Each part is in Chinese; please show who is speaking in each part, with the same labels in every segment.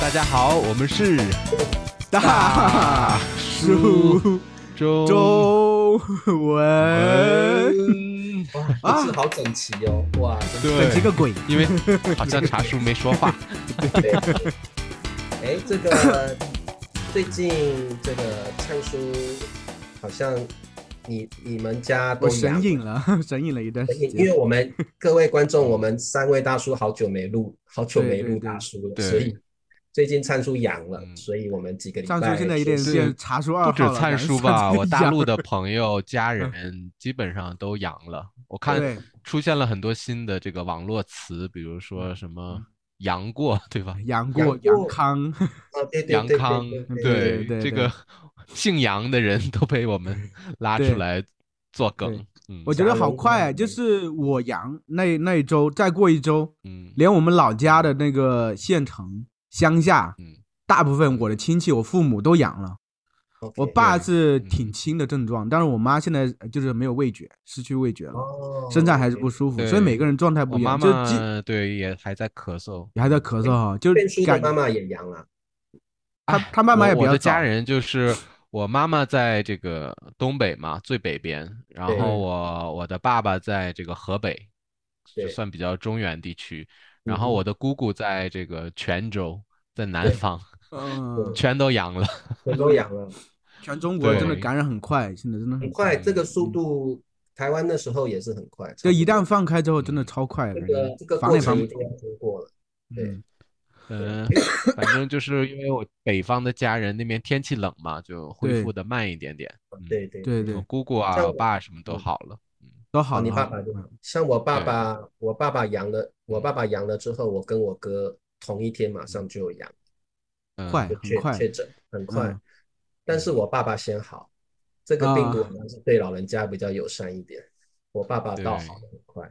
Speaker 1: 大家好，我们是大叔周
Speaker 2: 周文，
Speaker 3: 嗯，
Speaker 2: 啊
Speaker 3: 哇，字好整齐哦，哇，真的
Speaker 2: 整齐
Speaker 1: 对，
Speaker 2: 个鬼！
Speaker 1: 因为好像茶叔没说话，
Speaker 3: 对。哎，这个 最近这个唱书好像你你们家都
Speaker 2: 我
Speaker 3: 阳
Speaker 2: 神隐了，神隐了一段时
Speaker 3: 因
Speaker 2: 间
Speaker 3: 为。我们各位观众，我们三位大叔好久没录，好久没
Speaker 2: 对对
Speaker 3: 录
Speaker 2: 对
Speaker 3: 大叔了，
Speaker 1: 对
Speaker 3: 所以最近灿叔阳了，
Speaker 1: 嗯
Speaker 3: 所以我们几个礼
Speaker 2: 上
Speaker 3: 拜
Speaker 2: 叔现在有点
Speaker 3: 休
Speaker 2: 有
Speaker 3: 息
Speaker 2: 点查出二
Speaker 1: 不
Speaker 2: 号
Speaker 1: 止
Speaker 2: 了，
Speaker 1: 灿
Speaker 2: 感觉
Speaker 1: 叔
Speaker 2: 上
Speaker 1: 吧，
Speaker 2: 次
Speaker 1: 我
Speaker 2: 一
Speaker 1: 大
Speaker 2: 样
Speaker 1: 陆的朋友、家人基本上都阳了。我看
Speaker 2: 对
Speaker 1: 出现了很多新的这个网络词，比如说什么“杨过”，对吧？
Speaker 2: 杨过、
Speaker 3: 杨过
Speaker 2: 杨康，
Speaker 3: 啊，对对
Speaker 1: 杨
Speaker 3: 对
Speaker 1: 康
Speaker 3: 对，对对
Speaker 2: 嗯对对
Speaker 1: 这个姓杨的人都被我们拉
Speaker 2: 对
Speaker 1: 出来做梗
Speaker 2: 对。
Speaker 1: 嗯
Speaker 2: 我觉得
Speaker 3: 杨
Speaker 2: 好
Speaker 3: 过
Speaker 2: 快，啊就是我阳那那一周，再过一周，
Speaker 1: 嗯
Speaker 2: 连我们老家的那个县城乡下，
Speaker 1: 嗯，
Speaker 2: 大部分我的亲戚、我父母都阳了。
Speaker 3: OK
Speaker 2: 我爸
Speaker 1: 对
Speaker 2: 是
Speaker 1: 嗯
Speaker 2: 挺轻的症状，但是我妈现在呃就是没有味觉，失去味觉了，
Speaker 3: 哦
Speaker 2: 身上还是不舒服，
Speaker 1: 对
Speaker 2: 所以每个人状态
Speaker 1: 我
Speaker 2: 不一
Speaker 1: 妈
Speaker 2: 样。就基
Speaker 1: 妈对也还在咳嗽。
Speaker 2: 也还在咳嗽哈，就
Speaker 3: 变叔的
Speaker 2: 感
Speaker 3: 妈妈也阳啊了，
Speaker 2: 他
Speaker 1: 哎
Speaker 2: 他妈妈
Speaker 1: 我
Speaker 2: 也比
Speaker 1: 我
Speaker 2: 较
Speaker 1: 的家
Speaker 2: 早
Speaker 1: 人就是我妈妈在这个东北嘛，最北边，然
Speaker 3: 对
Speaker 1: 后我我的爸爸在这个河北，就
Speaker 3: 对
Speaker 1: 算比较中原地区，然后
Speaker 3: 嗯
Speaker 1: 我的姑姑在这个泉州，在南
Speaker 3: 对
Speaker 1: 方，
Speaker 2: 嗯，
Speaker 1: 全都阳 了。
Speaker 3: 全都阳了。
Speaker 2: 全中国真的
Speaker 1: 对
Speaker 2: 感染很快，现在真的
Speaker 3: 很
Speaker 2: 很
Speaker 3: 快，这个速度，台湾那时候也是很快。
Speaker 2: 嗯就一
Speaker 3: 差
Speaker 2: 旦放开之后，真的超快
Speaker 3: 不
Speaker 2: 的，
Speaker 3: 多这个这个
Speaker 2: 防
Speaker 3: 过
Speaker 2: 也防
Speaker 3: 程
Speaker 2: 不
Speaker 3: 一
Speaker 2: 住。
Speaker 3: 定要经过了，对
Speaker 2: 嗯
Speaker 1: 嗯，反正就是因为我北方的家人那边天气冷嘛，就恢
Speaker 2: 对
Speaker 1: 复的慢一点点。嗯
Speaker 3: 对对
Speaker 2: 对
Speaker 1: 我
Speaker 2: 对，
Speaker 1: 姑姑啊，
Speaker 3: 像
Speaker 1: 我
Speaker 3: 我
Speaker 1: 爸什么都
Speaker 3: 嗯
Speaker 1: 好了。
Speaker 2: 都好嗯
Speaker 3: 哦
Speaker 2: 了。
Speaker 3: 你爸爸就像我爸爸，我爸爸阳了，
Speaker 2: 嗯
Speaker 3: 我爸爸阳了之后，我跟我哥同一天马上就阳，
Speaker 1: 嗯，
Speaker 2: 快
Speaker 3: 就
Speaker 2: 很
Speaker 3: 确
Speaker 2: 快
Speaker 3: 确诊，很快
Speaker 2: 嗯。
Speaker 3: 但是我爸爸先好，这个病毒
Speaker 2: 啊
Speaker 3: 好像是对老人家比较友善一点，我爸爸倒好的很快。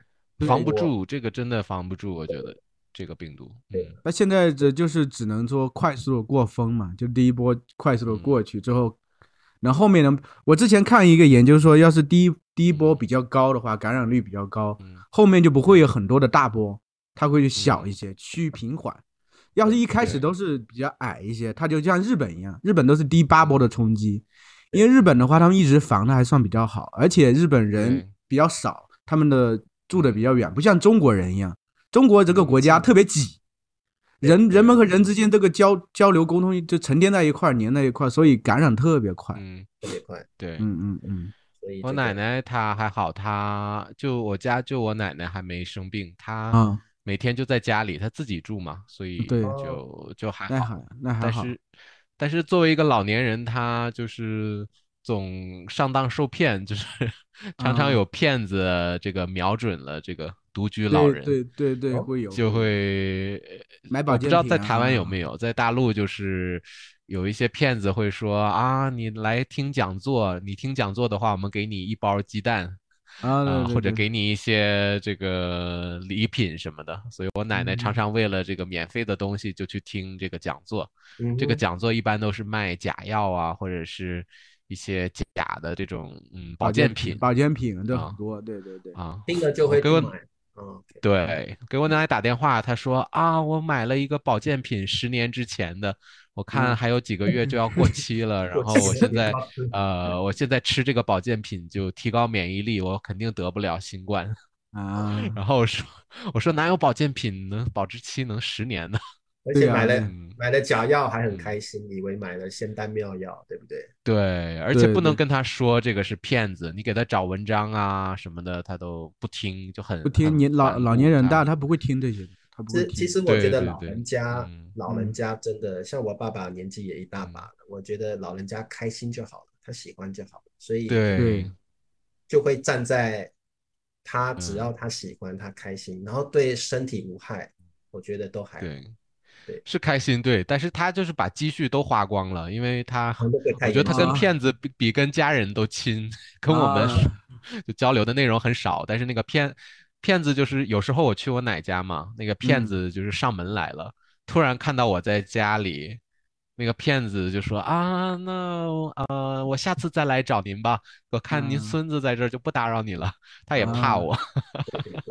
Speaker 1: 防不
Speaker 3: 我
Speaker 1: 住，这个真的防不住，我觉得这个病毒。
Speaker 3: 对
Speaker 1: 嗯
Speaker 2: 那现在这就是只能说快速的过风嘛，就第一波快速的
Speaker 1: 嗯
Speaker 2: 过去之后，然后后面呢，我之前看一个研究说，要是第一第一波比较高的话，感染率比较高
Speaker 1: 嗯，
Speaker 2: 后面就不会有很多的大波，它会小一些，趋于平缓。要是一开始
Speaker 1: 对
Speaker 2: 都是比较矮一些，它就像日本一样，日本都是第八波的冲击，因为日本的话，他们一直防的还算比较好，而且日本
Speaker 1: 对
Speaker 2: 人比较少，他们的住的比较远，不像中国人一样，中国这个
Speaker 1: 嗯
Speaker 2: 国家特别挤，人人们和人之间这个交交流沟通就沉淀在一块儿，粘在一块儿，所以感染特别快。
Speaker 1: 嗯，
Speaker 3: 特别快，
Speaker 1: 对。
Speaker 2: 啊嗯嗯嗯，
Speaker 3: 所以
Speaker 1: 我
Speaker 3: 这
Speaker 1: 奶
Speaker 3: 个
Speaker 1: 奶她还好，她就我家就我奶奶还没生病，她
Speaker 2: 啊，
Speaker 1: 每天就在家里，她自己住嘛，所以
Speaker 2: 嗯对
Speaker 1: 就就还
Speaker 2: 那
Speaker 1: 好。
Speaker 2: 还那还
Speaker 1: 但
Speaker 2: 好，
Speaker 1: 是但是作为一个老年人，他就是总上当受骗，就是 常常
Speaker 2: 啊
Speaker 1: 有骗子这个瞄准了这个独居老
Speaker 2: 对
Speaker 1: 人，
Speaker 2: 对对对，
Speaker 3: 哦
Speaker 2: 会有
Speaker 1: 就会呃
Speaker 2: 买保
Speaker 1: 我不
Speaker 2: 健
Speaker 1: 知道
Speaker 2: 品
Speaker 1: 在
Speaker 2: 啊
Speaker 1: 台湾有没有，在大陆就是有一些骗子会说啊，你来听讲座，你听讲座的话，我们给你一包鸡蛋
Speaker 2: 啊，
Speaker 1: 啊、
Speaker 2: 对对
Speaker 1: 或者
Speaker 2: 对
Speaker 1: 给你一些这个礼品什么的。所以我奶奶常
Speaker 2: 嗯
Speaker 1: 常为了这个免费的东西就去听这个讲座。
Speaker 2: 哦
Speaker 3: 嗯
Speaker 1: 这个
Speaker 3: 哼
Speaker 1: 讲座一般都是卖假药啊，或者是一些假的这种嗯保
Speaker 2: 保
Speaker 1: 健品
Speaker 2: 保健品这
Speaker 1: 啊
Speaker 2: 很多，对对对，
Speaker 1: 啊。
Speaker 3: 听了就会
Speaker 1: 给
Speaker 3: 去
Speaker 1: 我
Speaker 3: 买。哦，OK
Speaker 1: 对，哎给我奶奶打电话，她说啊，我买了一个保健品，十年之前的，我看
Speaker 2: 嗯
Speaker 1: 还有几个月就要过期了，然
Speaker 3: 过
Speaker 1: 后
Speaker 3: 期
Speaker 1: 我
Speaker 3: 了
Speaker 1: 现
Speaker 3: 你
Speaker 1: 在
Speaker 3: 要吃
Speaker 1: 呃，我现在吃这个保健品就提高免疫力，我肯定得不了新冠。
Speaker 2: 啊，
Speaker 1: 然后我说我说哪有保健品能保质期能十年 呢？
Speaker 3: 而
Speaker 2: 对
Speaker 3: 且
Speaker 2: 啊
Speaker 3: 买了
Speaker 1: 嗯，
Speaker 3: 买了假药还很
Speaker 1: 嗯
Speaker 3: 开心，以为买了仙丹妙药，对不对？
Speaker 1: 对，而且
Speaker 2: 对
Speaker 1: 不能
Speaker 2: 对
Speaker 1: 跟他说这个是骗子，你给他找文章啊什么的，他都不听，就很
Speaker 2: 不听年
Speaker 1: 嗯
Speaker 2: 老老年人大，
Speaker 1: 他
Speaker 2: 他不会听这些的，他不会
Speaker 3: 这
Speaker 2: 听。
Speaker 3: 其实我
Speaker 1: 对
Speaker 3: 觉得
Speaker 1: 对
Speaker 3: 老
Speaker 1: 对
Speaker 3: 人家
Speaker 1: 嗯，
Speaker 3: 老人
Speaker 2: 嗯
Speaker 3: 家真的像我爸爸年纪也一大把了，我觉得老人家开心就好了，他喜欢就好了，所以
Speaker 1: 对
Speaker 2: 对
Speaker 3: 就会站在他只
Speaker 1: 嗯
Speaker 3: 要他喜欢，他开心，然后对身体无害，我觉得都还好。
Speaker 1: 对
Speaker 3: 对
Speaker 1: 是开心对，但是他就是把积蓄都花光了，因为他
Speaker 3: 然后那个
Speaker 1: 我
Speaker 3: 太
Speaker 1: 觉得
Speaker 3: 严
Speaker 1: 他
Speaker 3: 重
Speaker 1: 跟
Speaker 2: 啊
Speaker 3: 了，
Speaker 1: 骗子比比跟家人都亲，跟我们
Speaker 2: 啊
Speaker 1: 就交流的内容很少，但是那个骗骗子就是有时候我去我奶家嘛，那个骗
Speaker 2: 嗯
Speaker 1: 子就是上门来了，突然看到我在家里那个骗子就说啊，那呃，我下次再来找您吧。我看您
Speaker 2: 嗯
Speaker 1: 孙子在这儿，就不打扰你了。他也怕
Speaker 2: 啊
Speaker 1: 我，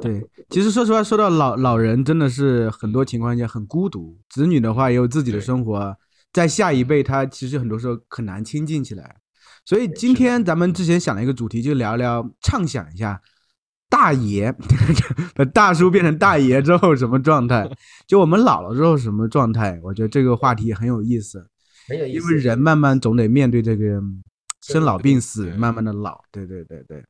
Speaker 2: 对，其实说实话，说到老老人，真的是很多情况下很孤独。子女的话也有自己的
Speaker 1: 对嗯
Speaker 2: 生活，在下一辈他其实很多时候很难亲近起来。所以今
Speaker 3: 是的
Speaker 2: 天咱们之前想了一个主题，就聊聊畅想一下，大爷 把大叔变成大爷之后什么状态， 就我们老了之后什么状态。我觉得这个话题也很有意思，
Speaker 3: 很有意
Speaker 2: 因
Speaker 3: 思。
Speaker 2: 为人慢慢总得面对这个嗯生老病死，
Speaker 1: 对
Speaker 2: 慢慢的老。对对对对，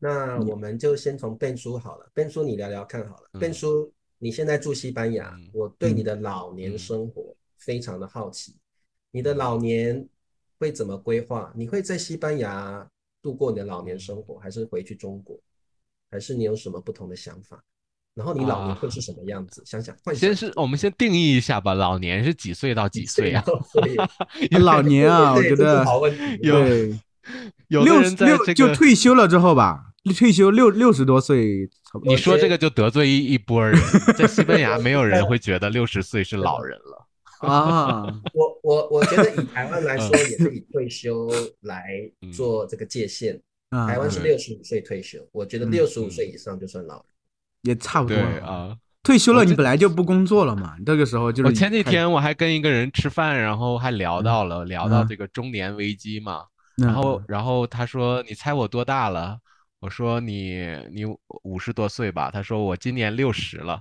Speaker 3: 那我们就先从笨叔好了，笨叔你聊聊看好了。
Speaker 1: 嗯
Speaker 3: 笨叔，你现在住西班牙
Speaker 1: 嗯，
Speaker 3: 我对你的老年生活非常的好奇。你
Speaker 1: 嗯
Speaker 3: 的老年会怎么规划？你会在西班牙度过你的老年
Speaker 1: 嗯
Speaker 3: 生活，还是回去中国？还是你有什么不同的想法？然后你老年
Speaker 1: 啊
Speaker 3: 会是什么样子？想想幻
Speaker 1: 先
Speaker 3: 想
Speaker 1: 是我们先定义一下吧，老年是几岁到几岁啊？？
Speaker 3: 对
Speaker 2: 老 年啊，我
Speaker 3: 对
Speaker 2: 觉
Speaker 3: 这是
Speaker 2: 得
Speaker 3: 好问题
Speaker 1: 有
Speaker 2: 对。
Speaker 1: 有
Speaker 2: 六
Speaker 1: 的
Speaker 2: 十
Speaker 1: 人在
Speaker 2: 六
Speaker 1: 这
Speaker 2: 就
Speaker 1: 个，
Speaker 2: 退休了之后吧，退休六六十多岁，差不多
Speaker 1: 你说这个就得罪一一波人，在西班牙
Speaker 3: 我
Speaker 1: 没有
Speaker 3: 觉
Speaker 1: 人
Speaker 3: 得
Speaker 1: 会觉得六十岁是老人 了。
Speaker 2: 啊，
Speaker 3: 我我我觉得以台湾
Speaker 1: 嗯
Speaker 3: 来说，也是以退休来做这个界限。
Speaker 2: 啊
Speaker 3: 台湾是
Speaker 1: 嗯
Speaker 3: 六十五岁退休，我觉得
Speaker 2: 嗯
Speaker 3: 六十五岁以上就算老人。
Speaker 2: 也差不多
Speaker 1: 对
Speaker 2: 了
Speaker 1: 啊，
Speaker 2: 退休
Speaker 1: 我
Speaker 2: 了，你
Speaker 1: 这
Speaker 2: 本来就不工作了嘛，这个时候就是
Speaker 1: 我前几
Speaker 2: 开
Speaker 1: 天我还跟一个人吃饭，然后还聊
Speaker 2: 嗯
Speaker 1: 到了、聊到
Speaker 2: 嗯
Speaker 1: 这个中年危机嘛，
Speaker 2: 嗯
Speaker 1: 然后然后他说你猜我多大了？我说你你五十多岁吧？他说我今年六十了，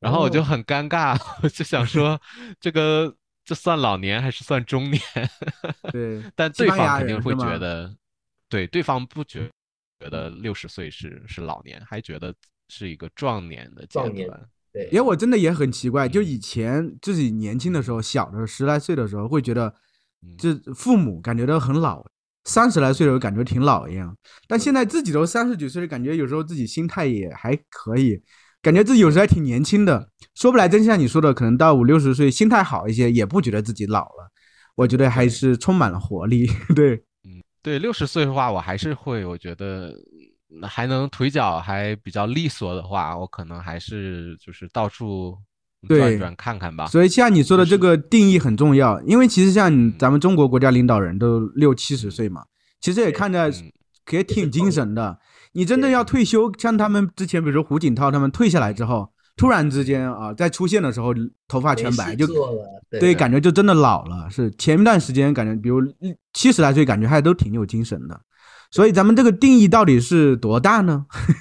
Speaker 1: 然后我就
Speaker 3: 哦
Speaker 1: 很尴尬， 我就想说这个这算老年还是算中年？
Speaker 2: 对，
Speaker 1: 但
Speaker 2: 西
Speaker 1: 对
Speaker 2: 班牙
Speaker 1: 方肯定
Speaker 2: 人
Speaker 1: 会
Speaker 2: 是
Speaker 1: 觉
Speaker 2: 吗
Speaker 1: 得，对，对方不觉觉得六十岁是是老年，还觉得是一个壮年的阶
Speaker 3: 壮年
Speaker 1: 段。
Speaker 3: 对，
Speaker 2: 因为我真的也很奇怪，就
Speaker 1: 嗯
Speaker 2: 以前自己年轻的时候，小的时候十来岁的时候，会觉得
Speaker 1: 嗯
Speaker 2: 这父母感觉到很老，三十来岁的时候感觉挺老一样。但现在自己都三十几岁了，感觉有时候自己心态也还可以，感觉自己有时候还挺年轻的。说不来真像你说的，可能到五六十岁心态好一些，也不觉得自己老了。我觉得还是充满了活力， 对，
Speaker 1: 对，六十岁的话，我还是会，我觉得嗯还能腿脚还比较利索的话，我可能还是就是到处转
Speaker 2: 对
Speaker 1: 转看看吧。
Speaker 2: 所以像你说的
Speaker 1: 啊就
Speaker 2: 这个定义很重要，因为其实像你
Speaker 1: 嗯
Speaker 2: 咱们中国国家领导人都六七十岁嘛，其实也
Speaker 3: 对
Speaker 2: 看着
Speaker 1: 嗯，
Speaker 2: 也挺精神的。你真的要退休，像他们之前，比如说胡锦涛他们退下来之后，突然之间啊，在出现的时候头发全白，
Speaker 3: 没事
Speaker 2: 就
Speaker 3: 做了，对
Speaker 2: 对，感觉就真的老了。是前一段时间感觉，比如七十来岁，感觉还都挺有精神的。所以咱们这个定义到底是多大呢？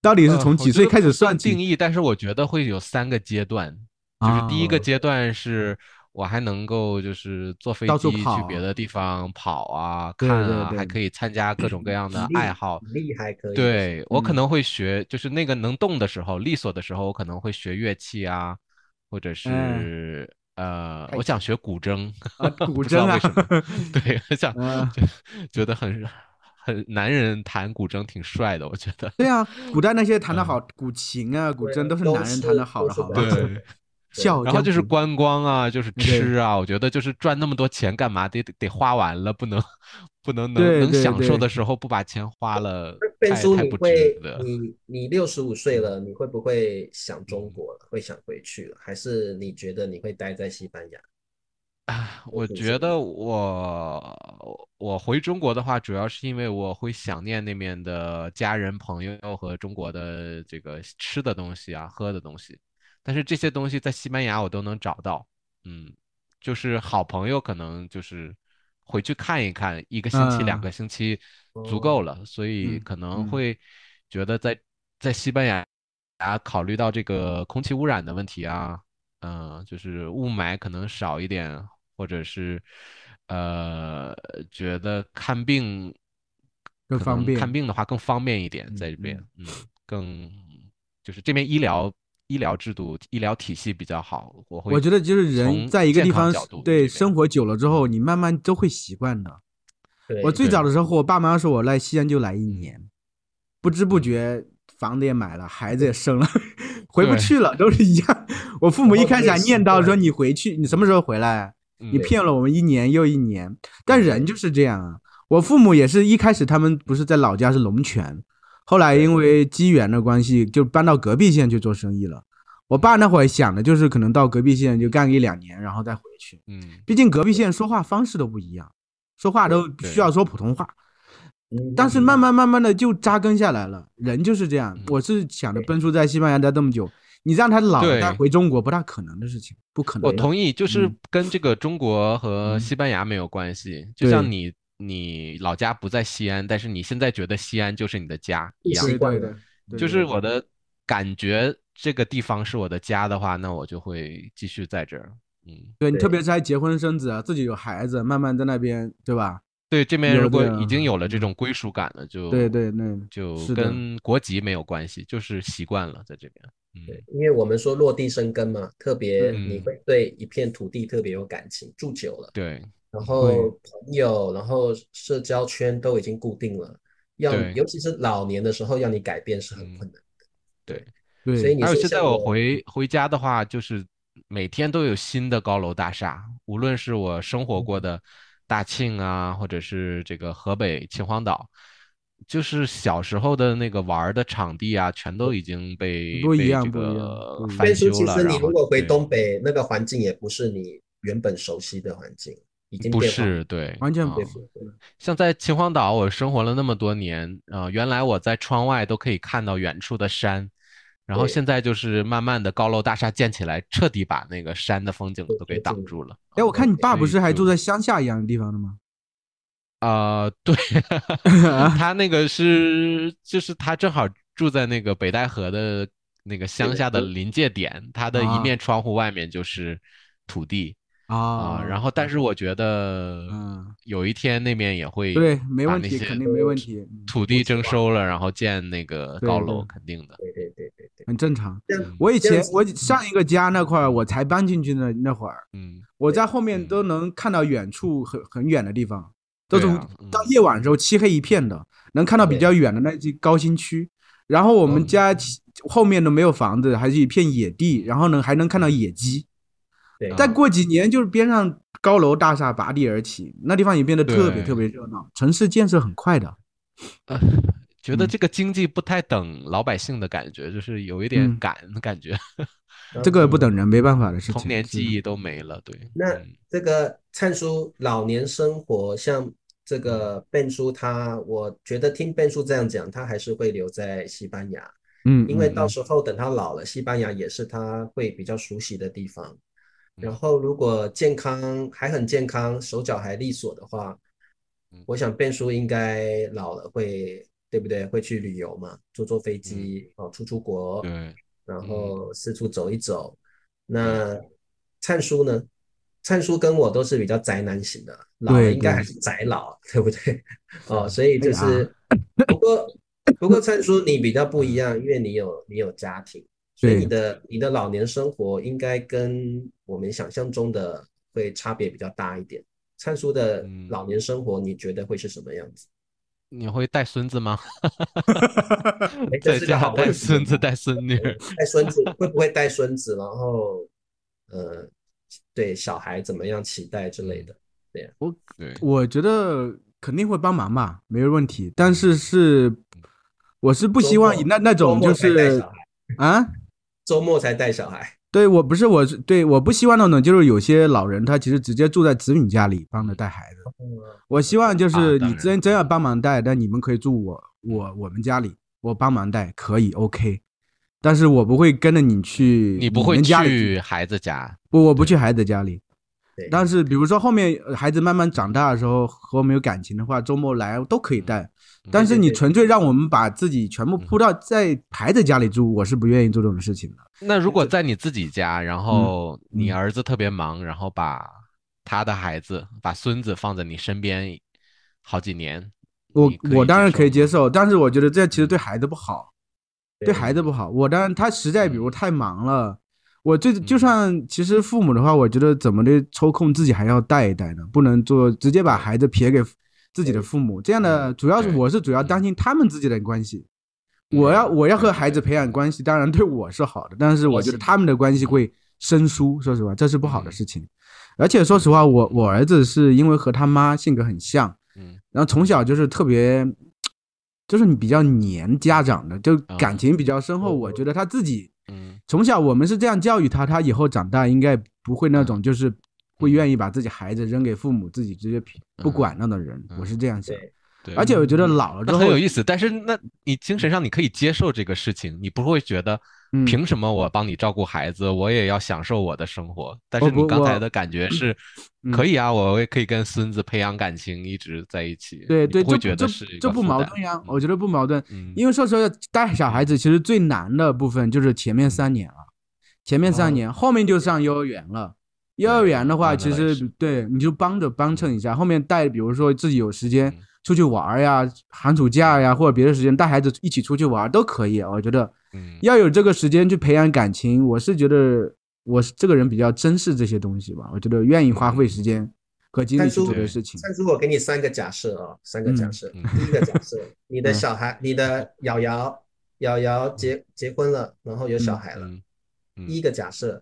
Speaker 2: 到底是
Speaker 1: 呃
Speaker 2: 从
Speaker 1: 我
Speaker 2: 几
Speaker 1: 觉
Speaker 2: 岁
Speaker 1: 得
Speaker 2: 开
Speaker 1: 不
Speaker 2: 始
Speaker 1: 算
Speaker 2: 算起？
Speaker 1: 定义，但是我觉得会有三个阶段，就是第一个
Speaker 2: 啊
Speaker 1: 阶段是我还能够就是坐飞
Speaker 2: 到处
Speaker 1: 机去
Speaker 2: 跑
Speaker 1: 别的地方跑啊、
Speaker 2: 对
Speaker 1: 看
Speaker 2: 对
Speaker 1: 啊，还
Speaker 2: 对
Speaker 1: 可以参加各种各样的
Speaker 3: 体力
Speaker 1: 爱好。
Speaker 3: 体力还可以，
Speaker 1: 对，我可
Speaker 2: 嗯
Speaker 1: 能会学，就是那个能动的时候，利索的时候，我可能会学乐器啊，或
Speaker 2: 嗯
Speaker 1: 者是呃，
Speaker 2: 太
Speaker 1: 我想学古筝，
Speaker 2: 啊古
Speaker 1: 不知道
Speaker 2: 筝啊
Speaker 1: 为什么， 对，很想
Speaker 2: 啊
Speaker 1: 就觉得很很男人弹古筝挺帅的，我觉 得。
Speaker 2: 对啊，古代那些弹的好，古琴啊、古
Speaker 3: 嗯对
Speaker 2: 筝都是
Speaker 3: 都
Speaker 2: 男人
Speaker 3: 是
Speaker 2: 弹的好
Speaker 3: 都
Speaker 2: 的，
Speaker 3: 是
Speaker 2: 好吧
Speaker 3: 男？人
Speaker 1: 对
Speaker 2: 笑
Speaker 1: 然后
Speaker 2: 江
Speaker 1: 就是
Speaker 2: 湖
Speaker 1: 观光啊，就是
Speaker 2: 对
Speaker 1: 吃啊，我觉得就是赚那么多钱干嘛？得得得花完了，不能 不能能
Speaker 2: 对
Speaker 1: 能
Speaker 2: 对
Speaker 1: 享受
Speaker 2: 对
Speaker 1: 的时候不把钱花了，
Speaker 3: 笨
Speaker 1: 太
Speaker 3: 叔，
Speaker 1: 太
Speaker 3: 你
Speaker 1: 不值
Speaker 3: 会嗯
Speaker 1: 得。
Speaker 3: 你你六十五岁了，你会不会想中国了？会想回去了？还是你觉得你会待在西班牙？
Speaker 1: 啊，
Speaker 3: 我
Speaker 1: 我
Speaker 3: 觉
Speaker 1: 觉
Speaker 3: 得
Speaker 1: 得我我回中国的话，主要是因为我会想念那边的家人、朋友和中国的这个吃的东西啊、喝的东西。但是这些东西在西班牙我都能找到，嗯，就是好朋友可能就是回去看一看，一个星期、两
Speaker 2: 嗯
Speaker 1: 个星期足够了，所以
Speaker 2: 嗯
Speaker 1: 可能
Speaker 2: 嗯
Speaker 1: 会觉得在在西班牙啊，考虑到这个空气污染的问题啊。嗯，就是雾霾可能少一点，或者是呃，觉得看病
Speaker 2: 更
Speaker 1: 可
Speaker 2: 方
Speaker 1: 能看
Speaker 2: 便
Speaker 1: 病的话更方便一点，
Speaker 2: 嗯
Speaker 1: 在这边，
Speaker 2: 嗯
Speaker 1: 嗯，更就是这边医疗医疗制度、医疗体系比较好，我会
Speaker 2: 我觉得就是
Speaker 1: 从
Speaker 2: 人在一个
Speaker 1: 健
Speaker 2: 地
Speaker 1: 康
Speaker 2: 方
Speaker 1: 角度这
Speaker 2: 对
Speaker 1: 边
Speaker 2: 生活久了之后，你慢慢都会习惯的。
Speaker 3: 对，
Speaker 2: 我最
Speaker 1: 对
Speaker 2: 早的时候，我爸妈说我来西安就来一
Speaker 1: 嗯
Speaker 2: 年，不知不
Speaker 1: 嗯
Speaker 2: 觉房子也买了，孩子也生了， 回不
Speaker 1: 对
Speaker 2: 去了，都是一样。我父母
Speaker 3: 然
Speaker 2: 一
Speaker 3: 后
Speaker 2: 开
Speaker 3: 就
Speaker 2: 始
Speaker 3: 会
Speaker 2: 还
Speaker 3: 习
Speaker 2: 念叨说
Speaker 3: 惯
Speaker 2: 你回去，你什么时候回来？啊你
Speaker 1: 嗯
Speaker 2: 骗了我们一年又一年。但人就是这样啊，我父母也是一开始他们不是在老家是龙泉，后来因为机缘的关系就搬到隔壁县去做生意了。我爸那会儿想的就是可能到隔壁县就干个一两年，然后再回去。
Speaker 1: 嗯，
Speaker 2: 毕竟隔壁县说话方式都不一样，说话都
Speaker 1: 对
Speaker 2: 需要说普通话。
Speaker 3: 嗯
Speaker 2: 但是慢慢慢慢的就扎根下来了，人就是这
Speaker 1: 嗯
Speaker 2: 样。我是想着，奔叔在西班牙待这么久，你让他老了
Speaker 1: 对
Speaker 2: 再回中国不大可能的事情，不可能。
Speaker 1: 我同意，就是
Speaker 2: 嗯
Speaker 1: 跟这个中国和
Speaker 2: 嗯
Speaker 1: 西班牙没有关系，就像
Speaker 2: 对
Speaker 1: 你你老家不在西安，但是你现在觉得西安就是你的家一
Speaker 3: 一
Speaker 1: 样
Speaker 3: 习，
Speaker 2: 对
Speaker 3: 惯
Speaker 2: 对
Speaker 3: 的，
Speaker 2: 对
Speaker 1: 啊就是
Speaker 2: 对
Speaker 1: 我的感觉，这个地方是我的家的话，那我就会继续在这儿。嗯，
Speaker 2: 对你，特
Speaker 3: 对
Speaker 2: 别是还结婚生子啊，自己有孩子，慢慢在那边，对吧？
Speaker 1: 对，这边
Speaker 2: 有
Speaker 1: 如果
Speaker 2: 的
Speaker 1: 已经有了这种归属感了，就
Speaker 2: 对对对
Speaker 1: 就是
Speaker 2: 的
Speaker 1: 跟国籍没有关系，就是习惯了在这边。嗯
Speaker 3: 对，因为我们说落地生根嘛，特别
Speaker 1: 嗯
Speaker 3: 你会对一片土地特别有感情，住久了，
Speaker 1: 对，
Speaker 3: 然后朋友，然后社交圈都已经固定了，要
Speaker 1: 对
Speaker 3: 尤其是老年的时候，要你改变是很
Speaker 1: 嗯
Speaker 3: 困难。
Speaker 2: 对，
Speaker 3: 所以你
Speaker 1: 还有
Speaker 3: 说
Speaker 1: 现在
Speaker 3: 像
Speaker 1: 我
Speaker 3: 我
Speaker 1: 回回家的话，就是每天都有新的高楼大厦，无论是我生
Speaker 2: 嗯
Speaker 1: 活过的大庆啊，或者是这个河北秦皇岛，就是小时候的那个玩儿的场地啊，全都已经被
Speaker 2: 不一
Speaker 1: 被这
Speaker 2: 样不一样
Speaker 1: 个
Speaker 2: 不一样
Speaker 1: 翻
Speaker 3: 但是
Speaker 1: 修
Speaker 3: 其
Speaker 1: 了。
Speaker 3: 实
Speaker 1: 然
Speaker 3: 你
Speaker 1: 后
Speaker 3: 如果回
Speaker 1: 对
Speaker 3: 东北，那个环境也不是你原本熟悉的环境，已经
Speaker 1: 不
Speaker 3: 变化了
Speaker 1: 是对，
Speaker 2: 完全不
Speaker 1: 嗯
Speaker 3: 对
Speaker 2: 是
Speaker 3: 不对？
Speaker 1: 像在秦皇岛，我生活了那么多年，呃，原来我在窗外都可以看到远处的山，然后
Speaker 3: 对
Speaker 1: 现在就是慢慢的高楼大厦建起来，彻底把那个山的风景
Speaker 3: 对
Speaker 1: 都给
Speaker 3: 对
Speaker 1: 挡
Speaker 3: 对
Speaker 1: 住了。
Speaker 2: 哎，我看你爸
Speaker 1: 所
Speaker 2: 不
Speaker 1: 以
Speaker 2: 是还住
Speaker 1: 就
Speaker 2: 在乡下一样的地方的吗？ 啊
Speaker 1: 啊，对，他那个是，就是他正好住在那个北戴河的那个乡下的临界点，他的一
Speaker 2: 啊
Speaker 1: 面窗户外面就是土地啊。
Speaker 2: 啊，
Speaker 1: 然后，但是我觉得
Speaker 2: 嗯，
Speaker 1: 有一天那边也会
Speaker 2: 对，没
Speaker 1: 把
Speaker 2: 问
Speaker 1: 那
Speaker 2: 题，
Speaker 1: 些
Speaker 2: 肯定没问题，嗯
Speaker 1: 土地征收了，然后建那个
Speaker 2: 对
Speaker 1: 高
Speaker 2: 对
Speaker 1: 楼，肯定的。
Speaker 3: 对对对对对。
Speaker 2: 很正常。
Speaker 3: 这样
Speaker 1: 嗯
Speaker 2: 我以
Speaker 3: 这
Speaker 2: 前
Speaker 3: 样子
Speaker 2: 我上一个家那块儿，我才搬进去那那会儿，
Speaker 1: 嗯，
Speaker 2: 我
Speaker 3: 对
Speaker 2: 在后面
Speaker 1: 嗯
Speaker 2: 都能看到远处很很远的地方，都是
Speaker 1: 对啊
Speaker 2: 到
Speaker 1: 嗯
Speaker 2: 夜晚的时候漆黑一片的，能看到比
Speaker 3: 对
Speaker 2: 较远的那些高新区。然后我们
Speaker 1: 嗯
Speaker 2: 家其后面都没有房子，还是一片野地，然后呢还能看到野鸡。
Speaker 3: 对，
Speaker 2: 再过几年，就是边上高楼大厦拔地而起，那地方也变得特别
Speaker 1: 对
Speaker 2: 特别热闹，城市建设很快的。
Speaker 1: 觉得
Speaker 2: 嗯
Speaker 1: 这个经济不太等老百姓的感觉，就是有一点
Speaker 2: 嗯
Speaker 1: 赶感觉，
Speaker 3: 嗯
Speaker 2: 这个不等人，没办法的事情。
Speaker 1: 童年
Speaker 2: 是
Speaker 1: 记
Speaker 2: 的
Speaker 1: 忆都没了。对，
Speaker 3: 那
Speaker 1: 嗯
Speaker 3: 这个灿叔老年生活，像这
Speaker 1: 嗯
Speaker 3: 个 Ben 叔他，我觉得听 Ben 叔这样讲，他还是会留在西班牙，
Speaker 2: 嗯，
Speaker 3: 因为
Speaker 2: 嗯
Speaker 3: 到
Speaker 2: 嗯
Speaker 3: 时候等他老了，西班牙也是他会比较熟悉的地方。
Speaker 1: 嗯
Speaker 3: 然后如果健康还很健康，手脚还利索的话
Speaker 1: 嗯，
Speaker 3: 我想 Ben 叔应该老了会，对不对？会去旅游嘛，坐坐飞机哦，出出国，
Speaker 1: 嗯对。
Speaker 3: 然
Speaker 1: 嗯
Speaker 3: 后四处走一走。那灿叔呢？灿叔跟我都是比较宅男型的，老了
Speaker 2: 对
Speaker 3: 应该
Speaker 2: 对
Speaker 3: 还是宅老， 对不对？哦，所以就
Speaker 2: 哎呀
Speaker 3: 是，不过不过灿叔你比较不一样，因为你有你有家庭，所以
Speaker 2: 对
Speaker 3: 你的你的老年生活应该跟我们想象中的会差别比较大一点。灿叔的
Speaker 1: 嗯
Speaker 3: 老年生活，你觉得会是什么样子？
Speaker 1: 你会带孙子吗？
Speaker 3: 哎，这
Speaker 1: 在
Speaker 3: 是个
Speaker 1: 家
Speaker 3: 好问
Speaker 1: 带
Speaker 3: 题
Speaker 1: 孙子
Speaker 3: 哦
Speaker 1: 带孙女，
Speaker 3: 带孙子会不会带孙子，然后呃，对小孩怎么样期待之类的。
Speaker 1: 对，
Speaker 2: 我觉得肯定会帮忙吧，没有问题。但是是，我是不希望以那那
Speaker 3: 周
Speaker 2: 种
Speaker 3: 末
Speaker 2: 就
Speaker 3: 才带
Speaker 2: 是
Speaker 3: 小孩，
Speaker 2: 啊，
Speaker 3: 周末才带小孩。
Speaker 2: 对我不是我是对我不希望那种就是有些老人他其实直接住在子女家里帮着带孩子。
Speaker 3: 嗯
Speaker 2: 我希望就
Speaker 1: 啊
Speaker 2: 是
Speaker 1: 当
Speaker 2: 你
Speaker 1: 然
Speaker 2: 真真要帮忙带，但你们可以住我我我们家里，我帮忙带可以 OK，但是我不会跟着你去
Speaker 1: 你不会
Speaker 2: 们家里住
Speaker 1: 去孩子家，
Speaker 2: 不，我不去孩子家里
Speaker 3: 对。
Speaker 2: 但是比如说后面呃孩子慢慢长大的时候和我们有感情的话，周末来都可以带。
Speaker 1: 嗯
Speaker 2: 但是你
Speaker 3: 对对
Speaker 2: 纯粹让我们把自己全部扑到在孩子家里住，我是不愿意做这种事情的。
Speaker 1: 那如果在你自己家，然后你
Speaker 2: 嗯
Speaker 1: 儿子特别忙，然后把他的孩子、把孙子放在你身边好几年，
Speaker 2: 我
Speaker 1: 你可
Speaker 2: 我
Speaker 1: 以
Speaker 2: 当然可以接
Speaker 1: 吗，
Speaker 2: 受，但是我觉得这其实对孩子不好，对
Speaker 3: 对
Speaker 2: 孩子不好。我当然他实在比如
Speaker 1: 嗯
Speaker 2: 太忙了，我最就
Speaker 1: 嗯
Speaker 2: 算其实父母的话，我觉得怎么的抽空自己还要带一带呢，不能做直接把
Speaker 1: 对
Speaker 2: 孩子撇给自己的
Speaker 3: 对
Speaker 2: 父母。这样的主要是
Speaker 1: 对
Speaker 2: 我是主要担
Speaker 1: 嗯
Speaker 2: 心他们之间的关系。我要我要
Speaker 1: 对
Speaker 2: 和孩子培养关系，当然对我是好的，但是我觉得他们的关系会生疏，说实话这是不好的
Speaker 1: 嗯
Speaker 2: 事情。而且说实话，我我儿子是因为和他妈性格很像，
Speaker 1: 嗯
Speaker 2: 然后从小就是特别，就是你比较黏家长的，就
Speaker 1: 啊哦
Speaker 2: 感情比较深厚。
Speaker 3: 嗯
Speaker 2: 我觉得他自己
Speaker 1: 嗯
Speaker 2: 从小我们是这样教育他，他以后长大应该不会
Speaker 1: 啊
Speaker 2: 那种
Speaker 1: 嗯
Speaker 2: 就是会愿意把自己孩子扔给父母，自己直接撇不管那种人。我是这样想，
Speaker 3: 对，
Speaker 1: 嗯对，嗯
Speaker 2: 而且我觉得老了之
Speaker 1: 那
Speaker 2: 后
Speaker 1: 很有意思，但是那你精神上你可以接受这个事情，你不会觉得
Speaker 2: 嗯
Speaker 1: 凭什么我帮你照顾孩子，我也要享受我的生活？但是
Speaker 2: 不
Speaker 1: 你刚才
Speaker 2: 我
Speaker 1: 的感觉是
Speaker 2: 嗯，
Speaker 1: 可以啊，我也可以跟孙子培养感情，一直在一起。
Speaker 2: 对
Speaker 1: 你
Speaker 2: 对，
Speaker 1: 不会
Speaker 2: 这
Speaker 1: 觉
Speaker 2: 这
Speaker 1: 得是一
Speaker 2: 这
Speaker 1: 个
Speaker 2: 不
Speaker 1: 负
Speaker 2: 矛
Speaker 1: 担
Speaker 2: 盾呀，
Speaker 1: 嗯
Speaker 2: 我觉得不矛盾。
Speaker 1: 嗯，
Speaker 2: 因为说实话，带小孩子其实最难的部分就是前面三年了，前面
Speaker 3: 哦
Speaker 2: 三年，后面就上幼儿园了。幼儿园的话，
Speaker 1: 那
Speaker 2: 其
Speaker 1: 倒也
Speaker 2: 实
Speaker 1: 是
Speaker 2: 对你就帮着帮衬一下，后面带，比如说自己有时间
Speaker 1: 嗯
Speaker 2: 出去玩儿呀、寒暑假呀，或者别的时间带孩子一起出去玩儿都可以。我觉得
Speaker 1: 嗯
Speaker 2: 要有这个时间去培养感情，我是觉得我是这个人比较珍视这些东西吧，我觉得愿意花费时间和精力
Speaker 3: 但
Speaker 2: 去做
Speaker 3: 是
Speaker 2: 这些事情。
Speaker 3: 但是我给你三个假设哦，三个假设。
Speaker 1: 嗯
Speaker 3: 第一个假 设，你的
Speaker 2: 嗯
Speaker 3: 小孩，你的瑶瑶，瑶瑶结结婚了，然后有小孩了。
Speaker 1: 嗯嗯
Speaker 3: 第一个假设，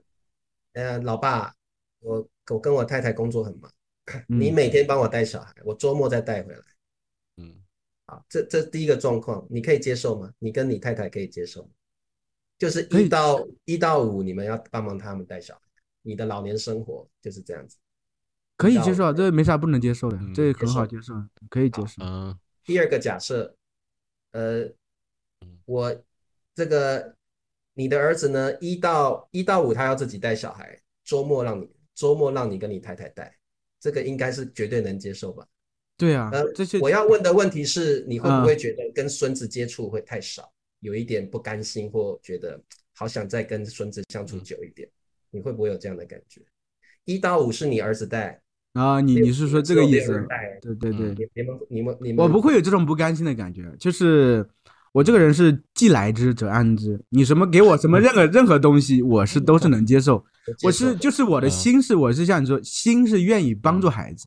Speaker 3: 呃，老爸，我我跟我太太工作很忙，你
Speaker 2: 嗯
Speaker 3: 每天帮我带小孩，我周末再带回来。
Speaker 1: 嗯，
Speaker 3: 好，这这第一个状况，你可以接受吗？你跟你太太可以接受吗？就是
Speaker 2: 可以
Speaker 3: 一到一到五，你们要帮忙他们带小孩，你的老年生活就是这样子。
Speaker 2: 可以
Speaker 3: 到
Speaker 2: 接受啊，这没啥不能接受的，
Speaker 1: 嗯
Speaker 2: 这
Speaker 3: 接
Speaker 2: 很好
Speaker 3: 受
Speaker 2: 接受，可以接受。
Speaker 1: 嗯
Speaker 3: 第二个假设，呃，我这个你的儿子呢，一到一到五他要自己带小孩，周末让你周末让你跟你太太带，这个应该是绝对能接受吧？
Speaker 2: 对啊
Speaker 3: 呃，
Speaker 2: 这些
Speaker 3: 我要问的问题是，你会
Speaker 2: 嗯
Speaker 3: 不会觉得跟孙子接触会太少，有一点不甘心，或觉得好想再跟孙子相处久一点？你会不会有这样的感觉？一到五是你儿子带，
Speaker 2: 啊，你你是说这个
Speaker 3: 只有
Speaker 2: 意
Speaker 3: 六
Speaker 2: 思
Speaker 3: 日？带，
Speaker 2: 对对
Speaker 1: 嗯
Speaker 2: 对，
Speaker 3: 你们你们你们，
Speaker 2: 我不会有这种不甘心的感觉，就是我这个人是既来之则安之，你什么给我什么任何任何东西，我是都是能接受。
Speaker 3: 嗯接
Speaker 2: 我
Speaker 3: 受
Speaker 2: 是
Speaker 3: 的
Speaker 2: 就是我的
Speaker 1: 嗯
Speaker 2: 心是我是像你说，心是愿意帮助孩子，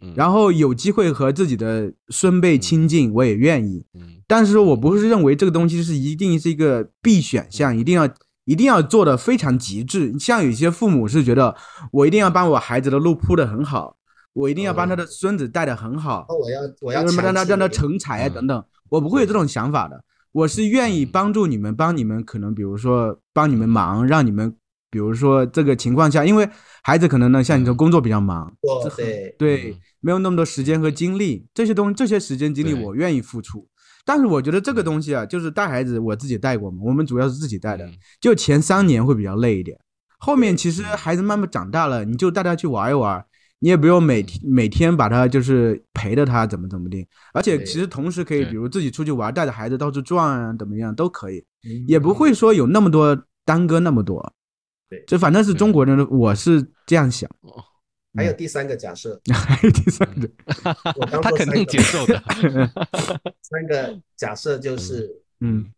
Speaker 1: 嗯，后
Speaker 2: 然后有机会和自己的孙
Speaker 3: 嗯
Speaker 2: 辈亲近，我也愿意。
Speaker 1: 嗯
Speaker 2: 但是我不是认为这个东西是一定是一个必选项，一定要一定要做的非常极致。像有些父母是觉得我一定要帮我孩子的路铺的很好，我一定要帮他的孙子带的很好，
Speaker 3: 哦哦，我要我要
Speaker 2: 什么让他
Speaker 3: 强制
Speaker 2: 让他
Speaker 3: 你
Speaker 2: 成才啊
Speaker 1: 嗯
Speaker 2: 等等，我不会有这种想法的。我是愿意
Speaker 1: 嗯
Speaker 2: 帮助你们，帮你们可能比如说帮你们忙，让你们比如说这个情况下，因为孩子可能呢像你说
Speaker 1: 嗯
Speaker 2: 工作比较忙，
Speaker 3: 做
Speaker 2: 这很
Speaker 3: 对，
Speaker 2: 对
Speaker 1: 嗯，
Speaker 2: 没有那么多时间和精力，这些东这些时间精力
Speaker 1: 对
Speaker 2: 我愿意付出。但是我觉得这个
Speaker 1: 嗯
Speaker 2: 东西啊，就是带孩子我自己带过嘛，我们主要是自己 带的，
Speaker 1: 嗯
Speaker 2: 就前三年会比较累一点，后面其实
Speaker 1: 嗯
Speaker 2: 孩子慢慢长大了，你就带他去玩一玩，你也不用
Speaker 1: 嗯
Speaker 2: 每天每天把他就是陪着他怎么怎么地，而且
Speaker 3: 对
Speaker 2: 其实同时可以，
Speaker 1: 对
Speaker 2: 比如自己出去玩，带着孩子到处转啊，怎么样都可以，
Speaker 3: 嗯
Speaker 2: 也不会说有那么多耽搁那么多
Speaker 3: 对。
Speaker 2: 这反正是
Speaker 1: 对
Speaker 2: 中国人的，我是这样想。
Speaker 3: 还有第三个假设，
Speaker 2: 还有第三个，
Speaker 3: 我刚
Speaker 1: 他
Speaker 3: 说
Speaker 1: 肯
Speaker 3: 三
Speaker 1: 定
Speaker 3: 个
Speaker 1: 接受的，
Speaker 3: 三个假设就是
Speaker 2: 嗯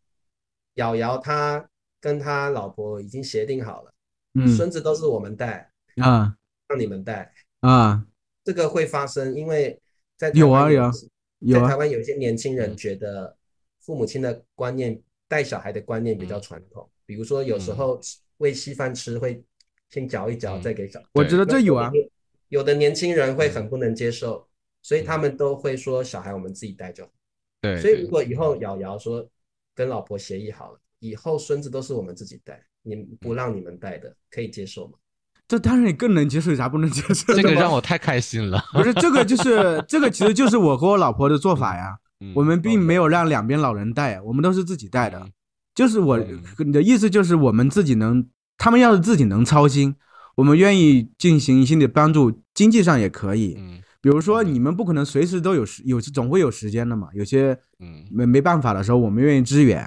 Speaker 3: 瑶瑶她跟她老婆已经协定好了，
Speaker 2: 嗯
Speaker 3: 孙子都是我们带，
Speaker 2: 啊
Speaker 3: 让你们带，
Speaker 2: 啊，
Speaker 3: 这个会发生，因为在台
Speaker 2: 有
Speaker 3: 湾
Speaker 2: 啊有啊有
Speaker 3: 在台
Speaker 2: 啊，
Speaker 3: 湾有一些年轻人
Speaker 1: 嗯
Speaker 3: 觉得父母亲的观念带小孩的观念
Speaker 2: 嗯
Speaker 3: 比较传统，比如说有时
Speaker 1: 嗯
Speaker 3: 候吃喂稀饭吃会先嚼一嚼
Speaker 1: 嗯
Speaker 3: 再给小，
Speaker 2: 我
Speaker 1: 对
Speaker 2: 觉得这有啊，嗯
Speaker 3: 有有的年轻人会很不能接受，所以他们都会说小孩我们自己带就好。
Speaker 1: 对，
Speaker 3: 所以
Speaker 1: 对
Speaker 3: 如果以后瑶瑶说跟老婆协议好了，以后孙子都是我们自己带，你们不让你们带
Speaker 2: 嗯
Speaker 3: 的，可以接受吗？
Speaker 2: 这当然更能接受，有啥不能接受
Speaker 1: 这
Speaker 2: 的吗？
Speaker 1: 个让我太开心 了，
Speaker 2: 不是这个，就是这个，其实就是我和我老婆的做法呀。
Speaker 1: 嗯
Speaker 2: 我们并没有让两边老人带，啊我们都是自己带的。就是我
Speaker 1: 嗯
Speaker 2: 你的意思就是我们自己能，他们要是自己能操心，我们愿意进行一些的帮助，经济上也可以。
Speaker 1: 嗯
Speaker 2: 比如说，
Speaker 1: 嗯
Speaker 2: 你们不可能随时都有时，有时总会有时间的嘛。有些
Speaker 1: 嗯，嗯
Speaker 2: 没没办法的时候，我们愿意支援，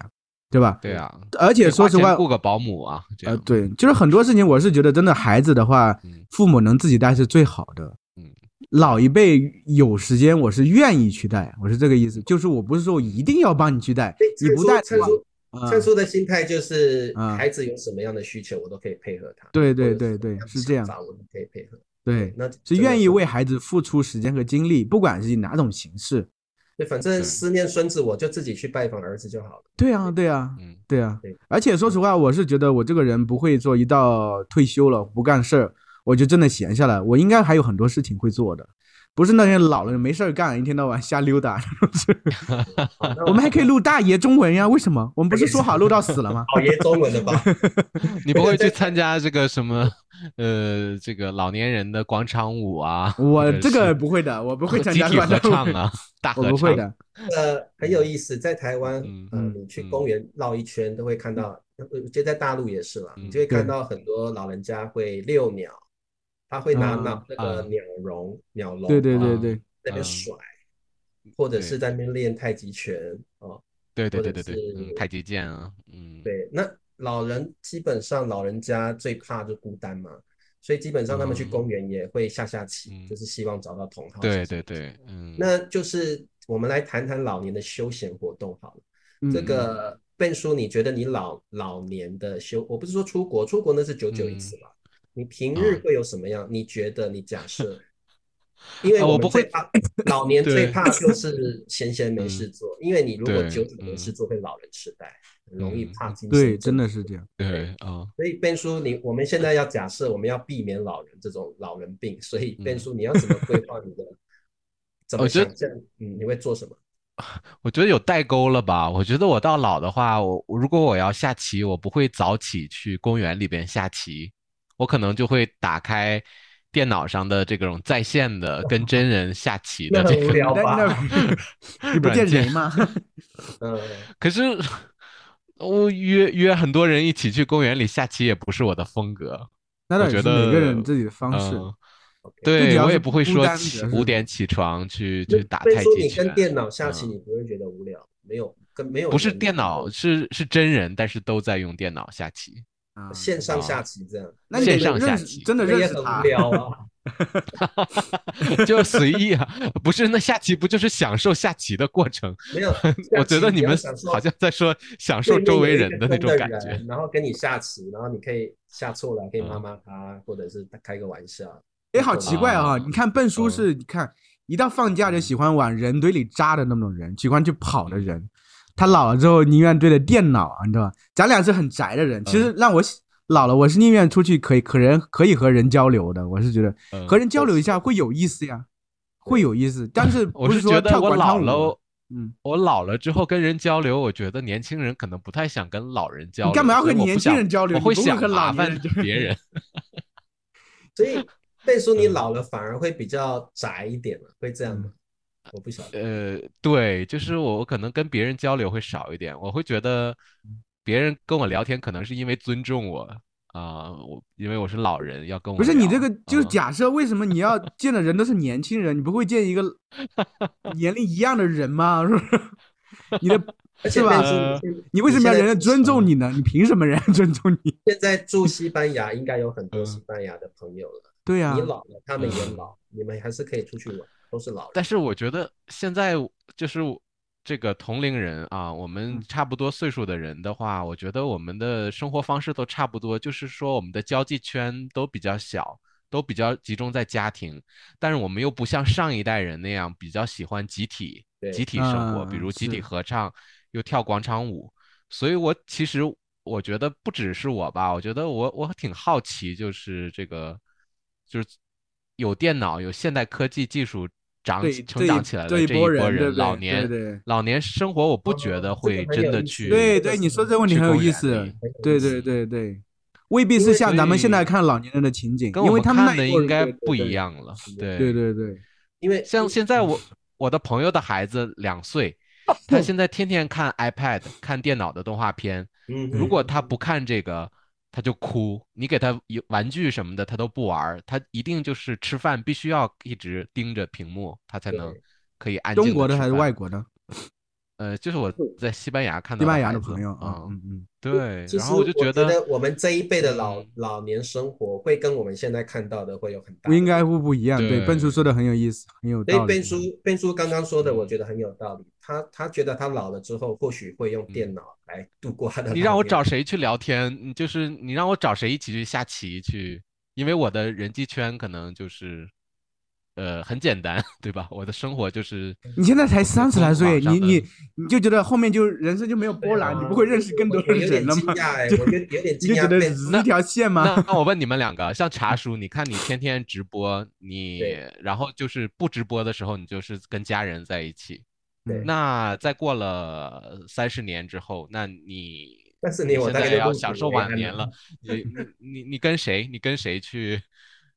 Speaker 2: 对吧？
Speaker 1: 对啊，
Speaker 2: 而且
Speaker 1: 得
Speaker 2: 说
Speaker 1: 花
Speaker 2: 实
Speaker 1: 钱
Speaker 2: 话，
Speaker 1: 雇个保姆啊，这
Speaker 2: 呃，
Speaker 1: 样，
Speaker 2: 对，就是很多事情，我是觉得真的孩子的话，
Speaker 1: 嗯
Speaker 2: 父母能自己带是最好的。
Speaker 1: 嗯，
Speaker 2: 老一辈有时间，我是愿意去带，我是这个意思，就是我不是说我一定要帮你去带，你不带
Speaker 3: 带，
Speaker 2: 的
Speaker 3: 灿
Speaker 2: 话，
Speaker 3: 叔，
Speaker 2: 啊、
Speaker 3: 灿叔的心态就是
Speaker 2: 嗯
Speaker 3: 孩子有什么样的需求，我都可以配合他。
Speaker 2: 对对
Speaker 3: 或者
Speaker 2: 对
Speaker 3: 是
Speaker 2: 对
Speaker 3: 他
Speaker 2: 是
Speaker 3: 想
Speaker 2: 这样
Speaker 3: 法我都可以配合。
Speaker 2: 对，
Speaker 3: 那
Speaker 2: 是
Speaker 3: 真的
Speaker 2: 愿意为孩子付出时间和精力，不管是以哪种形式。
Speaker 3: 对，反正
Speaker 1: 对
Speaker 3: 思念孙子，我就自己去拜访儿子就好了。
Speaker 2: 对啊，对啊，
Speaker 1: 嗯
Speaker 2: 对啊
Speaker 3: 对。
Speaker 2: 而且说实话，我是觉得我这个人不会说一到退休了不干事儿，我就真的闲下来，我应该还有很多事情会做的。不是那些老人没事儿干，一天到晚瞎溜达。
Speaker 3: 好那
Speaker 2: 我们还可以录大爷中文呀？为什么？我们不是说好录到死了 吗？
Speaker 3: 讨厌中文的吧？
Speaker 1: 你不会去参加这个什么呃这个老年人的广场舞啊？
Speaker 2: 我
Speaker 1: 或者
Speaker 2: 这
Speaker 1: 是
Speaker 2: 个不会的，我不会参
Speaker 1: 集
Speaker 2: 加
Speaker 1: 体
Speaker 2: 观
Speaker 1: 合
Speaker 2: 众
Speaker 1: 唱啊，大合
Speaker 2: 我
Speaker 1: 唱。
Speaker 2: 不会的。
Speaker 3: 呃，很有意思，在台湾，
Speaker 1: 嗯
Speaker 3: 呃，
Speaker 2: 嗯
Speaker 3: 你去
Speaker 1: 嗯
Speaker 3: 公园绕一圈都会看到，呃我觉得在大陆也是啦，
Speaker 1: 嗯
Speaker 3: 你就会看
Speaker 2: 对
Speaker 3: 到很多老人家会遛鸟，他会拿那
Speaker 2: 啊
Speaker 3: 那个
Speaker 1: 啊
Speaker 3: 鸟笼、鸟笼，
Speaker 2: 对对
Speaker 3: 啊
Speaker 2: 对
Speaker 1: 嗯
Speaker 2: 对，
Speaker 3: 在那
Speaker 1: 嗯
Speaker 3: 边甩，或者是
Speaker 1: 对
Speaker 3: 在那边练太极拳哦。
Speaker 1: 对对
Speaker 3: 或
Speaker 1: 对
Speaker 3: 者
Speaker 1: 对对，嗯
Speaker 3: 是，
Speaker 1: 太极剑啊，嗯，
Speaker 3: 对，那老人基本上老人家最怕就孤单嘛，所以基本上他们去
Speaker 1: 嗯
Speaker 3: 公园也会下下棋，
Speaker 1: 嗯
Speaker 3: 就是希望找到同好。
Speaker 1: 对对。对，嗯，
Speaker 3: 那就是我们来谈谈老年的休闲活动好了。
Speaker 2: 嗯
Speaker 3: 这个笨叔，你觉得你老老年的休，我不是说出国，出国那是久久一次嘛。你平日
Speaker 1: 嗯
Speaker 3: 会有什么样？你觉得你假 设，因为
Speaker 1: 啊
Speaker 3: 我
Speaker 1: 我
Speaker 3: 们
Speaker 1: 不会
Speaker 3: 最怕老年最
Speaker 1: 对嗯
Speaker 3: 怕就是闲闲没事做，因为你如果
Speaker 1: 对
Speaker 3: 久久没事做，会老人痴呆，很容易
Speaker 1: 嗯
Speaker 3: 怕 精神
Speaker 2: 对，
Speaker 3: 症
Speaker 2: 真的是这样。
Speaker 1: 对啊，
Speaker 3: 所以，Ben 叔，你我们现在要假设我们要避免老人这种老人病， 所以
Speaker 1: 嗯
Speaker 3: Ben 叔，你要怎么规划 你的？怎么
Speaker 1: 我觉得
Speaker 3: 想象？嗯，你会做什么？
Speaker 1: 我觉得有代沟了吧？我觉得我到老的话，我我如果我要下棋，我不会早起去公园里边下棋，我可能就会打开电脑上的这种在线的跟真人下棋的
Speaker 3: 那
Speaker 1: 这
Speaker 3: 很无
Speaker 1: 个
Speaker 3: 聊
Speaker 2: 但
Speaker 3: 吧？
Speaker 2: 那你不见人吗？
Speaker 3: 嗯，
Speaker 1: 可是我约约很多人一起去公园里下棋也不是我的风格，
Speaker 2: 那倒也
Speaker 1: 我觉
Speaker 2: 是每个人
Speaker 1: 得
Speaker 2: 自己的方式。
Speaker 1: 嗯
Speaker 3: OK
Speaker 2: 就主
Speaker 1: 对
Speaker 2: 要
Speaker 1: 我也
Speaker 2: 是
Speaker 1: 不会
Speaker 2: 孤
Speaker 1: 说
Speaker 2: 单
Speaker 1: 起
Speaker 2: 主要
Speaker 1: 五
Speaker 2: 是
Speaker 1: 点起床去
Speaker 3: 那
Speaker 1: 去打
Speaker 3: 所以
Speaker 1: 太
Speaker 3: 说
Speaker 1: 极
Speaker 3: 你跟
Speaker 1: 拳，
Speaker 3: 电脑下棋，
Speaker 1: 嗯
Speaker 3: 你不会觉得无聊？没有，跟没有
Speaker 1: 不是
Speaker 3: 人的
Speaker 1: 电
Speaker 3: 时候
Speaker 1: 脑，是是真人，但是都在用电脑下棋。
Speaker 2: 啊
Speaker 3: 线上
Speaker 1: 啊
Speaker 3: 下棋这样，
Speaker 2: 那你
Speaker 1: 线
Speaker 2: 得
Speaker 1: 上下
Speaker 2: 认识
Speaker 1: 棋
Speaker 2: 真的
Speaker 3: 那
Speaker 2: 认
Speaker 3: 也
Speaker 2: 识
Speaker 3: 很
Speaker 2: 他
Speaker 3: 无。聊啊。
Speaker 1: 就随意啊，不是那下棋不就是享受下棋的过程？，
Speaker 3: 没有
Speaker 1: 我觉得你
Speaker 3: 下棋要
Speaker 1: 们
Speaker 3: 想说
Speaker 1: 好像在说享
Speaker 3: 对
Speaker 1: 受
Speaker 3: 面
Speaker 1: 周围
Speaker 3: 有一
Speaker 1: 人
Speaker 3: 个
Speaker 1: 的那
Speaker 3: 真
Speaker 1: 种
Speaker 3: 的
Speaker 1: 感觉。
Speaker 3: 人然后跟你下棋，然后你可以下错了，可以骂
Speaker 1: 嗯
Speaker 3: 骂他，或者是开个玩笑。
Speaker 2: 哎，好奇怪啊！
Speaker 1: 啊
Speaker 2: 你看笨叔是，你看一到放假就喜欢往人堆里扎的那种人，喜欢去跑的
Speaker 1: 嗯
Speaker 2: 人。他老了之后宁愿对着电脑啊，你知道吧？咱俩是很宅的人，
Speaker 1: 嗯
Speaker 2: 其实让我喜老了，我是宁愿出去可以可人可以和人交流的。我是觉得
Speaker 1: 嗯
Speaker 2: 和人交流一下会有意思呀，会有意思。但是
Speaker 1: 我
Speaker 2: 不
Speaker 1: 是
Speaker 2: 说
Speaker 1: 觉得
Speaker 2: 跳
Speaker 1: 我
Speaker 2: 广
Speaker 1: 老
Speaker 2: 场舞
Speaker 1: 了
Speaker 2: 啊，，嗯，
Speaker 1: 我老了之后跟人交流，我觉得年轻人可能不太想跟老人交流。
Speaker 2: 你干嘛要
Speaker 1: 所以
Speaker 2: 和
Speaker 1: 我
Speaker 2: 年
Speaker 1: 不
Speaker 2: 轻
Speaker 1: 想
Speaker 2: 人交流
Speaker 1: 我会
Speaker 2: 你不会
Speaker 1: 想
Speaker 2: 和
Speaker 1: 麻
Speaker 2: 老年
Speaker 1: 烦
Speaker 2: 人交流
Speaker 1: 别人。
Speaker 3: 所 以被说你
Speaker 1: 嗯
Speaker 3: 老了反而会比较宅一点了，会这样吗？我不晓得。
Speaker 1: 呃，对，就是我可能跟别人交流会少一点，我会觉得别人跟我聊天可能是因为尊重我啊，我因为我是老人要跟我
Speaker 2: 不是你这
Speaker 1: 聊
Speaker 2: 个就是
Speaker 1: 啊
Speaker 2: 假设，为什么你要
Speaker 1: 嗯
Speaker 2: 见的人都是年轻人？你不会 见一个年龄一样的人吗？是不是？ 你 的
Speaker 3: 而且
Speaker 2: 是吧
Speaker 3: 被说你
Speaker 2: 你为什么要
Speaker 3: 现在
Speaker 2: 人家尊重
Speaker 1: 嗯
Speaker 2: 你呢？你凭什么人家尊重你？
Speaker 3: 现在住西班牙，应该有很多
Speaker 1: 嗯
Speaker 3: 西班牙的朋友了。
Speaker 2: 对呀、
Speaker 3: 你老了，他们也
Speaker 1: 嗯
Speaker 3: 老，你们还是可以出去玩，都是老人。
Speaker 1: 但是我觉得现在就是我这个同龄人啊，我们
Speaker 2: 嗯
Speaker 1: 差不多岁数的人的话，我觉得我们的生活方式都差不多，就是说我们的交际圈都比较小，都比较集中在家庭，但是我们又不像上一代人那样比较喜欢集体
Speaker 3: 对
Speaker 1: 集体生活，比
Speaker 2: 啊
Speaker 1: 如集体
Speaker 2: 是
Speaker 1: 合唱，又跳广场舞，所以我其实我觉得不只是我吧，我觉得我我挺好奇，就是这个就是有电脑有现代科技技术长
Speaker 2: 对
Speaker 1: 起
Speaker 2: 这
Speaker 1: 成
Speaker 2: 一
Speaker 1: 长起来的
Speaker 2: 这一
Speaker 1: 这一
Speaker 2: 波
Speaker 1: 波
Speaker 2: 人对不
Speaker 1: 老
Speaker 2: 对
Speaker 1: 年
Speaker 2: 对对
Speaker 1: 老年生活，我不
Speaker 3: 哦
Speaker 1: 觉
Speaker 3: 这
Speaker 1: 得
Speaker 3: 个
Speaker 1: 会
Speaker 3: 很有
Speaker 1: 真的
Speaker 3: 意思
Speaker 1: 去
Speaker 2: 对
Speaker 3: 这个
Speaker 2: 对，
Speaker 3: 是
Speaker 2: 你说这个问题
Speaker 1: 去
Speaker 2: 很有
Speaker 1: 公
Speaker 2: 意
Speaker 1: 园
Speaker 2: 思
Speaker 1: 里，嗯
Speaker 3: 很有
Speaker 2: 对
Speaker 3: 意思
Speaker 2: 对对对，未必
Speaker 3: 因为
Speaker 2: 是像咱们现在
Speaker 1: 所以
Speaker 2: 看老年人的情景，
Speaker 1: 跟
Speaker 2: 因
Speaker 1: 我
Speaker 2: 为
Speaker 1: 们
Speaker 2: 他们那
Speaker 1: 看
Speaker 2: 一
Speaker 1: 的
Speaker 2: 波
Speaker 1: 应
Speaker 2: 人
Speaker 1: 该
Speaker 2: 对对
Speaker 1: 不
Speaker 2: 对
Speaker 1: 一样了，对
Speaker 2: 对对对，
Speaker 3: 因为
Speaker 1: 像现在 我我的朋友的孩子两岁，
Speaker 2: 哦
Speaker 1: 他现在天天看 iPad 看电脑的动画片，
Speaker 3: 嗯，
Speaker 1: 如果他
Speaker 3: 嗯
Speaker 1: 不看这个，他就哭。你给他有玩具什么的，他都不玩儿，他一定就是吃饭必须要一直盯着屏幕，他才能
Speaker 3: 对
Speaker 1: 可以安静。
Speaker 2: 中国的还是外？国的？
Speaker 1: 呃，就是我在西班牙看到
Speaker 2: 西班牙
Speaker 1: 孩
Speaker 2: 的
Speaker 1: 子
Speaker 2: 朋友啊
Speaker 1: 啊，，
Speaker 2: 嗯嗯，
Speaker 1: 对。
Speaker 3: 其
Speaker 1: 然
Speaker 3: 实
Speaker 1: 后我就
Speaker 3: 觉
Speaker 1: 觉得，
Speaker 3: 我们这一辈的老
Speaker 1: 嗯
Speaker 3: 老年生活会跟我们现在看到的会有很大
Speaker 2: 不
Speaker 3: 的
Speaker 2: 应该会不一样。对，笨叔
Speaker 1: 对
Speaker 2: 说的很有意思，很有
Speaker 3: 所以
Speaker 2: 道理。
Speaker 3: Ben 叔，Ben 叔刚刚说的，
Speaker 1: 嗯
Speaker 3: 我觉得很有道理。他他觉得他老了之后，或许会用电脑来度过他的老
Speaker 1: 你让我
Speaker 3: 年
Speaker 1: 找谁去聊天？你就是你让我找谁一起去下棋去，因为我的人际圈可能就是呃很简单， 对吧？我的生活就是
Speaker 2: 你现在才三十来岁，
Speaker 1: 工
Speaker 2: 你
Speaker 1: 作
Speaker 2: 你你就觉得后面就人生就没有波澜，
Speaker 3: 对啊
Speaker 2: 你不会认识更多的
Speaker 3: 我有点
Speaker 2: 人了
Speaker 3: 惊
Speaker 2: 吗？
Speaker 3: 讶 哎，
Speaker 2: 就
Speaker 3: 我觉得有点
Speaker 2: 你
Speaker 3: 惊
Speaker 2: 就觉
Speaker 3: 讶
Speaker 2: 得
Speaker 3: 被
Speaker 2: 只是一条线吗？
Speaker 1: 那那我问你们两个，像茶叔，你看你天天直播，你
Speaker 3: 嗯对
Speaker 1: 然后就是不直播的时候，你就是跟家人在一起。嗯
Speaker 3: 对
Speaker 1: 那再过了三十年之后，那你
Speaker 3: 但是你我
Speaker 1: 现
Speaker 3: 大概
Speaker 1: 在
Speaker 3: 就
Speaker 1: 要
Speaker 3: 入土
Speaker 1: 享受
Speaker 3: 为
Speaker 1: 晚
Speaker 3: 安
Speaker 1: 年
Speaker 3: 了
Speaker 1: 了，你你你跟谁？你跟谁去？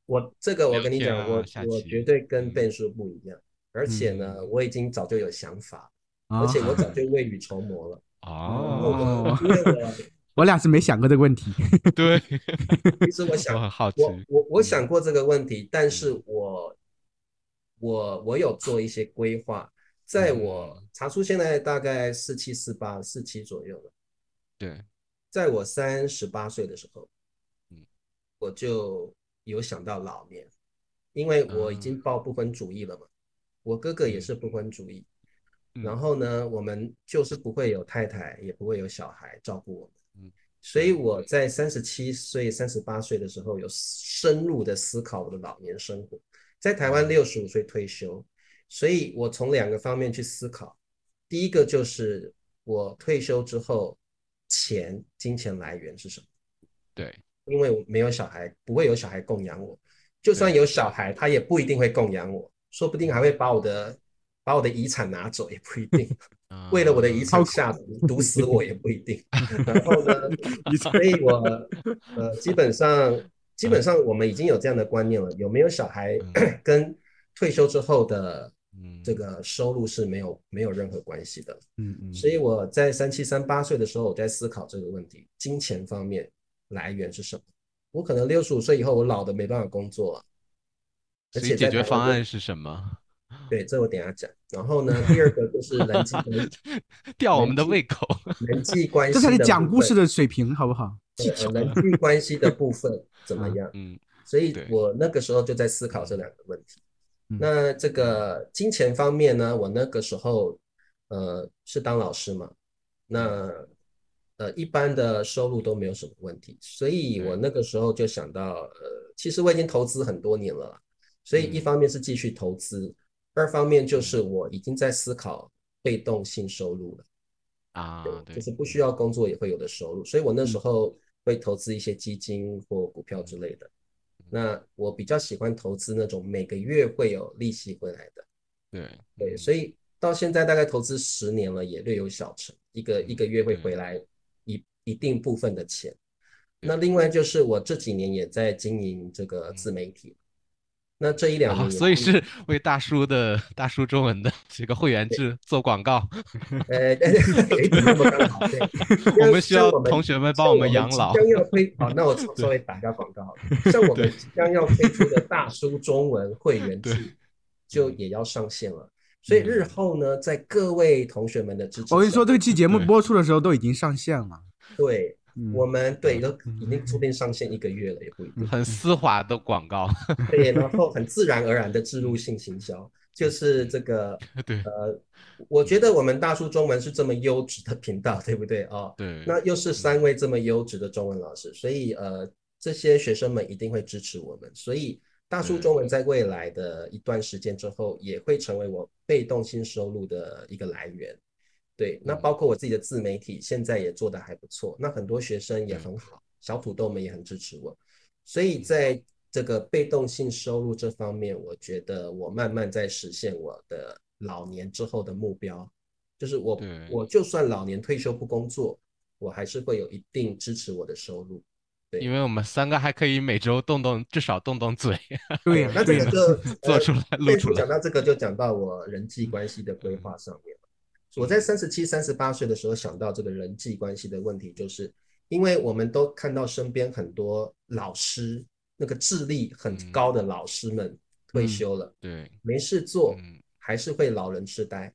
Speaker 3: 我这个我
Speaker 1: 聊
Speaker 3: 跟你
Speaker 1: 天
Speaker 3: 讲，
Speaker 1: 啊
Speaker 3: 我
Speaker 1: 下
Speaker 3: 我
Speaker 1: 棋
Speaker 3: 绝对跟
Speaker 1: 嗯
Speaker 3: Ben 叔不一样，而且呢，我已经早就有想法，
Speaker 2: 啊
Speaker 3: 而，且我早就未雨绸缪了。
Speaker 1: 哦，
Speaker 2: 哦
Speaker 3: 因为我
Speaker 2: 我俩是没想过这个问题。
Speaker 1: 对，
Speaker 3: 其实我
Speaker 1: 我
Speaker 3: 想，
Speaker 1: 很好奇。
Speaker 3: 我我我
Speaker 1: 嗯
Speaker 3: 想过这个问题，但是我我我有做一些规划，在
Speaker 1: 嗯
Speaker 3: 我查出现在大概四七四八四七左右了，
Speaker 1: 对，
Speaker 3: 在我三十八岁的时候
Speaker 1: 嗯，
Speaker 3: 我就有想到老年，因为我已经抱不婚主义了嘛，我哥哥也是不婚主义，然
Speaker 1: 嗯
Speaker 3: 后呢，我们就是不会有太太，也不会有小孩照顾我们
Speaker 1: 嗯。
Speaker 3: 所以我在三十七岁、三十八岁的时候，有深入的思考我的老年生活。在台
Speaker 1: 嗯
Speaker 3: 湾六十五岁退休，所以我从两个方面去思考。第一个就是我退休之后，钱、金钱来源是什么？
Speaker 1: 对，
Speaker 3: 因为我没有小孩，不会有小孩供养我。就算有小孩，他也不一定会供养我，说不定还会把我的把我的遗产拿走，也不一定。
Speaker 1: 嗯
Speaker 3: 为了我的遗产
Speaker 2: 好
Speaker 3: 下毒毒死我也不一 定。然后呢，
Speaker 1: 嗯
Speaker 3: 所以我呃，基本上基本上我们已经有这样的观念了，有没有小孩 跟退休之后的
Speaker 1: 嗯，
Speaker 3: 这个收入是没有没有任何关系的。
Speaker 2: 嗯嗯
Speaker 3: 所以我在三七三八岁的时候，我在思考这个问题，金钱方面来源是什么？我可能六十五岁以后，我老的没办法工作啊。而
Speaker 1: 所以
Speaker 3: 且
Speaker 1: 解
Speaker 3: 在
Speaker 1: 决
Speaker 3: 台湾
Speaker 1: 方
Speaker 3: 就
Speaker 1: 案是什么？
Speaker 3: 对，这我等一下讲。然后呢，第二个就是人际
Speaker 1: 吊我们的
Speaker 3: 人际
Speaker 1: 胃口。
Speaker 3: 人际关系
Speaker 2: 这
Speaker 3: 的部
Speaker 2: 才是
Speaker 3: 分，
Speaker 2: 讲故事的啊水平，好不好？
Speaker 3: 对呃人际关系的部分怎么 样？
Speaker 1: 嗯
Speaker 3: 所以
Speaker 1: 对
Speaker 3: 我那个时候就在思考这两个问题
Speaker 2: 嗯。
Speaker 3: 那这个金钱方面呢，我那个时候呃是当老师嘛，那呃一般的收入都没有什么问题，所以我那个时候就想到，呃，其实我已经投资很多年了啦，所以一
Speaker 1: 嗯
Speaker 3: 方面是继续投资，二方面就是
Speaker 2: 嗯
Speaker 3: 我已经在思考被动性收入了。
Speaker 1: 啊，对，嗯
Speaker 3: 就是不需要工作也会有的收入，所以我那时候会投资一些基金或股票之类的。
Speaker 1: 嗯
Speaker 3: 那我比较喜欢投资那种每个月会有利息回来的，
Speaker 1: 对嗯
Speaker 3: 对，所以到现在大概投资十年了，也略有小成，一个
Speaker 1: 嗯
Speaker 3: 一个月会回来一一定部分的钱。那另外就是我这几年也在经营这个自媒体，那这一两
Speaker 1: 啊，
Speaker 3: 年也
Speaker 1: 嗯所以
Speaker 3: 是
Speaker 1: 是为大叔的大叔中文的这个会员制做广告，，
Speaker 3: 呃， 哎，怎么那么刚好？对
Speaker 1: 我
Speaker 3: 像
Speaker 1: 们需要
Speaker 3: 像我们
Speaker 1: 同学们
Speaker 3: 像
Speaker 1: 帮我
Speaker 3: 我
Speaker 1: 们养老
Speaker 3: 即将要 推，好，那我稍微打一下广告好了。像我们即将要推出的大叔中文会员制，就也要上线
Speaker 1: 嗯
Speaker 3: 了。所以日后呢，在各位同学们的支持下，
Speaker 2: 我跟你说，这期节目
Speaker 1: 对
Speaker 2: 播出的时候都已经上线了。
Speaker 3: 对
Speaker 2: 嗯，
Speaker 3: 我们对都已经说不定上线一个月了，也不一定。
Speaker 1: 很丝滑的广告，
Speaker 3: 对，然后很自然而然的植入性行销，就是这个
Speaker 1: 对
Speaker 3: 呃，我觉得我们大叔中文是这么优质的频道，对不对哦？
Speaker 1: 对，
Speaker 3: 那又是三位这么优质的中文老师，所以呃，这些学生们一定会支持我们。所以大叔中文在未来的一段时间之后，也会成为我被动性收入的一个来源。对，那包括我自己的自媒体，现在也做得还不错。那很多学生也很好，小土豆们也很支持我。所以在这个被动性收入这方面，我觉得我慢慢在实现我的老年之后的目标，就是我
Speaker 1: 对
Speaker 3: 我就算老年退休不工作，我还是会有一定支持我的收入。对
Speaker 1: 因为我们三个还可以每周动动，至少动动嘴，
Speaker 2: 对呀、
Speaker 3: 哎那这
Speaker 2: 对
Speaker 3: 个
Speaker 2: 呀、
Speaker 3: 就
Speaker 1: 做出来
Speaker 3: 最
Speaker 1: 露出
Speaker 3: 初
Speaker 1: 来
Speaker 3: 讲，到这个，就讲到我人际关系的规
Speaker 1: 嗯
Speaker 3: 划上面了。我在三十七、三十八岁的时候想到这个人际关系的问题，就是因为我们都看到身边很多老师，那个智力很
Speaker 1: 嗯
Speaker 3: 高的老师们退休了，
Speaker 1: 对，
Speaker 3: 没事做，
Speaker 1: 嗯，
Speaker 3: 还是会老人痴呆，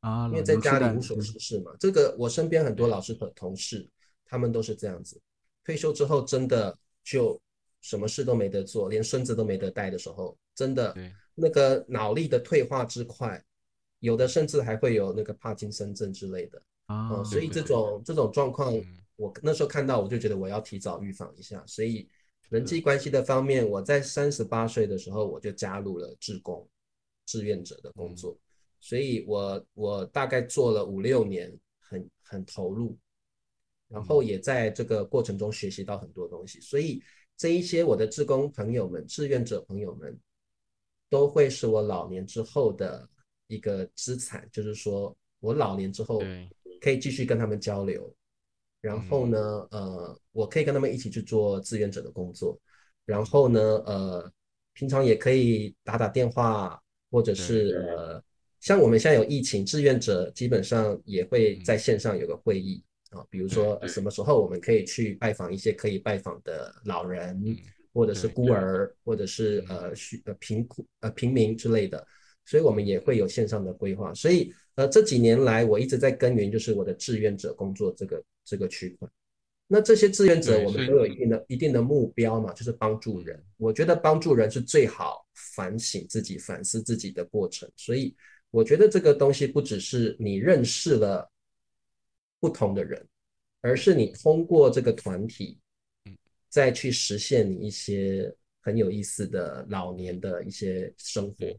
Speaker 2: 啊，
Speaker 3: 因
Speaker 2: 老
Speaker 3: 为在
Speaker 2: 刘
Speaker 3: 家
Speaker 2: 痴呆
Speaker 3: 里无所事事嘛。这个我身边很多老师和同事，他们都是这样子，退休之后真的就什么事都没得做，连孙子都没得带的时候，真的
Speaker 1: 对，
Speaker 3: 那个脑力的退化之快，有的甚至还会有那个帕金森症之类的。
Speaker 2: 啊
Speaker 3: 嗯，，所以这种这种状况
Speaker 1: 嗯，
Speaker 3: 我那时候看到我就觉得我要提早预防一下，所以人际关系的方面，我在三十八岁的时候我就加入了志工、志愿者的
Speaker 1: 嗯
Speaker 3: 工作，所以我我大概做了五六年，很很投入，然后
Speaker 1: 嗯
Speaker 3: 也在这个过程中学习到很多东西，所以这一些我的志工朋友们、志愿者朋友们，都会是我老年之后的一个资产，就是说我嗯老年之后
Speaker 1: 对
Speaker 3: 可以继续跟他们交流，然后呢，呃，我可以跟他们一起去做志愿者的工作，然后呢，呃，平常也可以打打电话，或者是呃，像我们现在有疫情，志愿者基本上也会在线上有个会议啊，比如说什么时候我们可以去拜访一些可以拜访的老人，
Speaker 1: 嗯
Speaker 3: 或者是
Speaker 1: 对嗯
Speaker 3: 孤儿，或者是呃需呃贫苦呃平民之类的，所以我们也会有线上的规划。所以呃这几年来，我一直在耕耘，就是我的志愿者工作这个这个区块。那这些志愿者，
Speaker 1: 对
Speaker 3: 我
Speaker 1: 所
Speaker 3: 们
Speaker 1: 以嗯
Speaker 3: 都有一定的一定的目标嘛，就是帮助人。我觉得帮助人是最好反省自己、反思自己的过程。所以我觉得这个东西不只是你认识了不同的人，而是你通过这个团体
Speaker 1: 嗯，
Speaker 3: 再去实现你一些很有意思的老年的一些生活
Speaker 1: 对。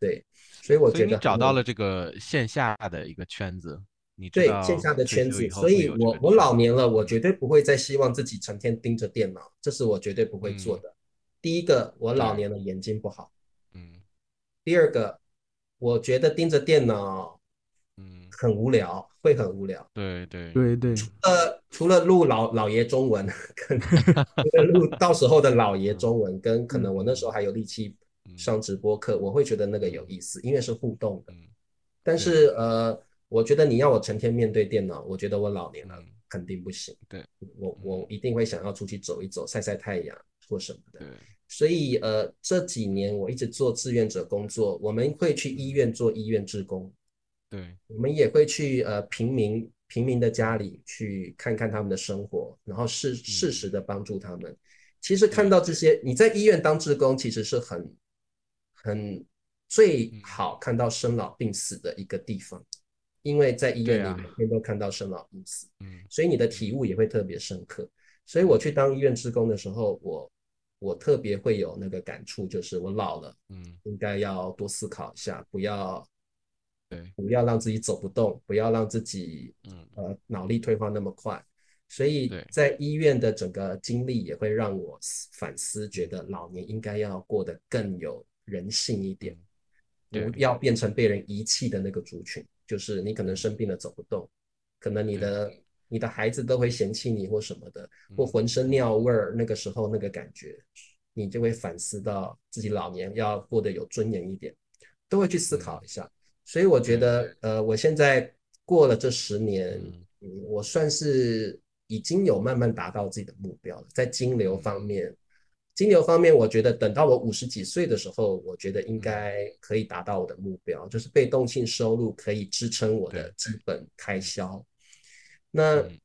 Speaker 3: 对，所以我
Speaker 1: 嗯所以
Speaker 3: 觉
Speaker 1: 你
Speaker 3: 得
Speaker 1: 找
Speaker 3: 很
Speaker 1: 到
Speaker 3: 有
Speaker 1: 了这个线下的一个圈子，你知
Speaker 3: 对
Speaker 1: 道
Speaker 3: 线下
Speaker 1: 退
Speaker 3: 的圈
Speaker 1: 休
Speaker 3: 子，
Speaker 1: 以后
Speaker 3: 所
Speaker 1: 会
Speaker 3: 以
Speaker 1: 有这
Speaker 3: 我
Speaker 1: 个
Speaker 3: 我
Speaker 1: 圈
Speaker 3: 老
Speaker 1: 子
Speaker 3: 年了，我绝对不会再希望自己成天盯着电脑，这是我绝对不会做的。第一个，我老
Speaker 1: 嗯对
Speaker 3: 年了眼睛不好；
Speaker 1: 嗯
Speaker 3: 第二个，我觉得盯着电脑
Speaker 1: 嗯，
Speaker 3: 很无聊，会很无聊。
Speaker 1: 对对
Speaker 2: 对对，
Speaker 3: 呃，除了录老老爷中文， 跟除了录到时候的老爷中文，跟可能我那时候还有力气
Speaker 1: 嗯
Speaker 3: 上直播课，我会觉得那个有意思，因为是互动的。
Speaker 1: 嗯
Speaker 3: 但是呃，我觉得你要我成天面对电脑，我觉得我老年了
Speaker 1: 嗯
Speaker 3: 肯定不行。
Speaker 1: 对，嗯
Speaker 3: 我我一定会想要出去走一走，晒晒太阳或什么的。
Speaker 1: 对
Speaker 3: 所以呃，这几年我一直做志愿者工作，我们会去医院做医院志工，
Speaker 1: 嗯对
Speaker 3: 我们也会去呃平民平民的家里去看看他们的生活，然后
Speaker 1: 嗯
Speaker 3: 适适时的帮助他们。其实看到这些，你在医院当志工，其实是很很最
Speaker 1: 嗯
Speaker 3: 好看到生老病死的一个地方，因为在医
Speaker 1: 对
Speaker 3: 院里
Speaker 1: 啊
Speaker 3: 每天都看到生老病死，
Speaker 1: 嗯
Speaker 3: 所以你的体悟也会特别深刻。所以我去当医院志工的时候，我我特别会有那个感触，就是我老了，
Speaker 1: 嗯
Speaker 3: 应该要多思考一下，不要
Speaker 1: 对
Speaker 3: 不要让自己走不动，不要让自己
Speaker 1: 嗯
Speaker 3: 呃脑力退化那么快。所以
Speaker 1: 对
Speaker 3: 在医院的整个经历也会让我思反思，觉得老年应该要过得更有人性一点，
Speaker 1: 嗯对
Speaker 3: 不要变成被人遗弃的那个族群。就是你可能生病了走不动，可能你的你的孩子都会嫌弃你或什么的，或
Speaker 1: 嗯
Speaker 3: 浑身尿味儿，那个时候那个感觉，你就会反思到自己老年要过得有尊严一点，都会去
Speaker 1: 嗯
Speaker 3: 思考一下。所以我觉得，呃，我现在过了这十年，
Speaker 1: 嗯
Speaker 3: 嗯，我算是已经有慢慢达到自己的目标了。在金流
Speaker 1: 嗯
Speaker 3: 方面，金流方面，我觉得等到我五十几岁的时候，我觉得
Speaker 1: 嗯
Speaker 3: 应该可以达到我的目标，就是被动性收入可以支撑我的
Speaker 1: 对
Speaker 3: 基本开销。那
Speaker 1: 嗯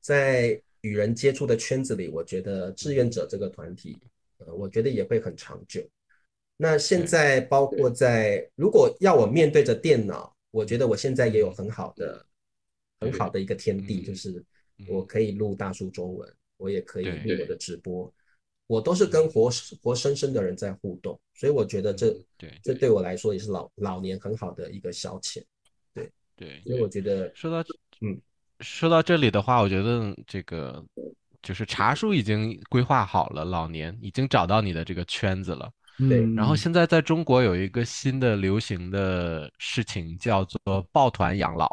Speaker 3: 在与人接触的圈子里，我觉得志愿者这个团体，呃，我觉得也会很长久。那现在包括在，如果要我面对着电脑，我觉得我现在也有很好的、很好的一个天地，
Speaker 1: 嗯
Speaker 3: 就是
Speaker 1: 嗯
Speaker 3: 我可以录大叔中文，我也可以
Speaker 1: 对
Speaker 3: 录我的直播，我都是跟活活生生的人在互动，所以我觉得这
Speaker 1: 嗯对
Speaker 3: 这对我来说也是老老年很好的一个消遣，
Speaker 1: 对
Speaker 3: 所以我觉得
Speaker 1: 说到这
Speaker 3: 嗯，
Speaker 1: 说到这里的话，我觉得这个就是茶叔已经规划好了老年，已经找到你的这个圈子了。
Speaker 3: 对
Speaker 2: 嗯，
Speaker 1: 然后现在在中国有一个新的流行的事情叫做抱团养老，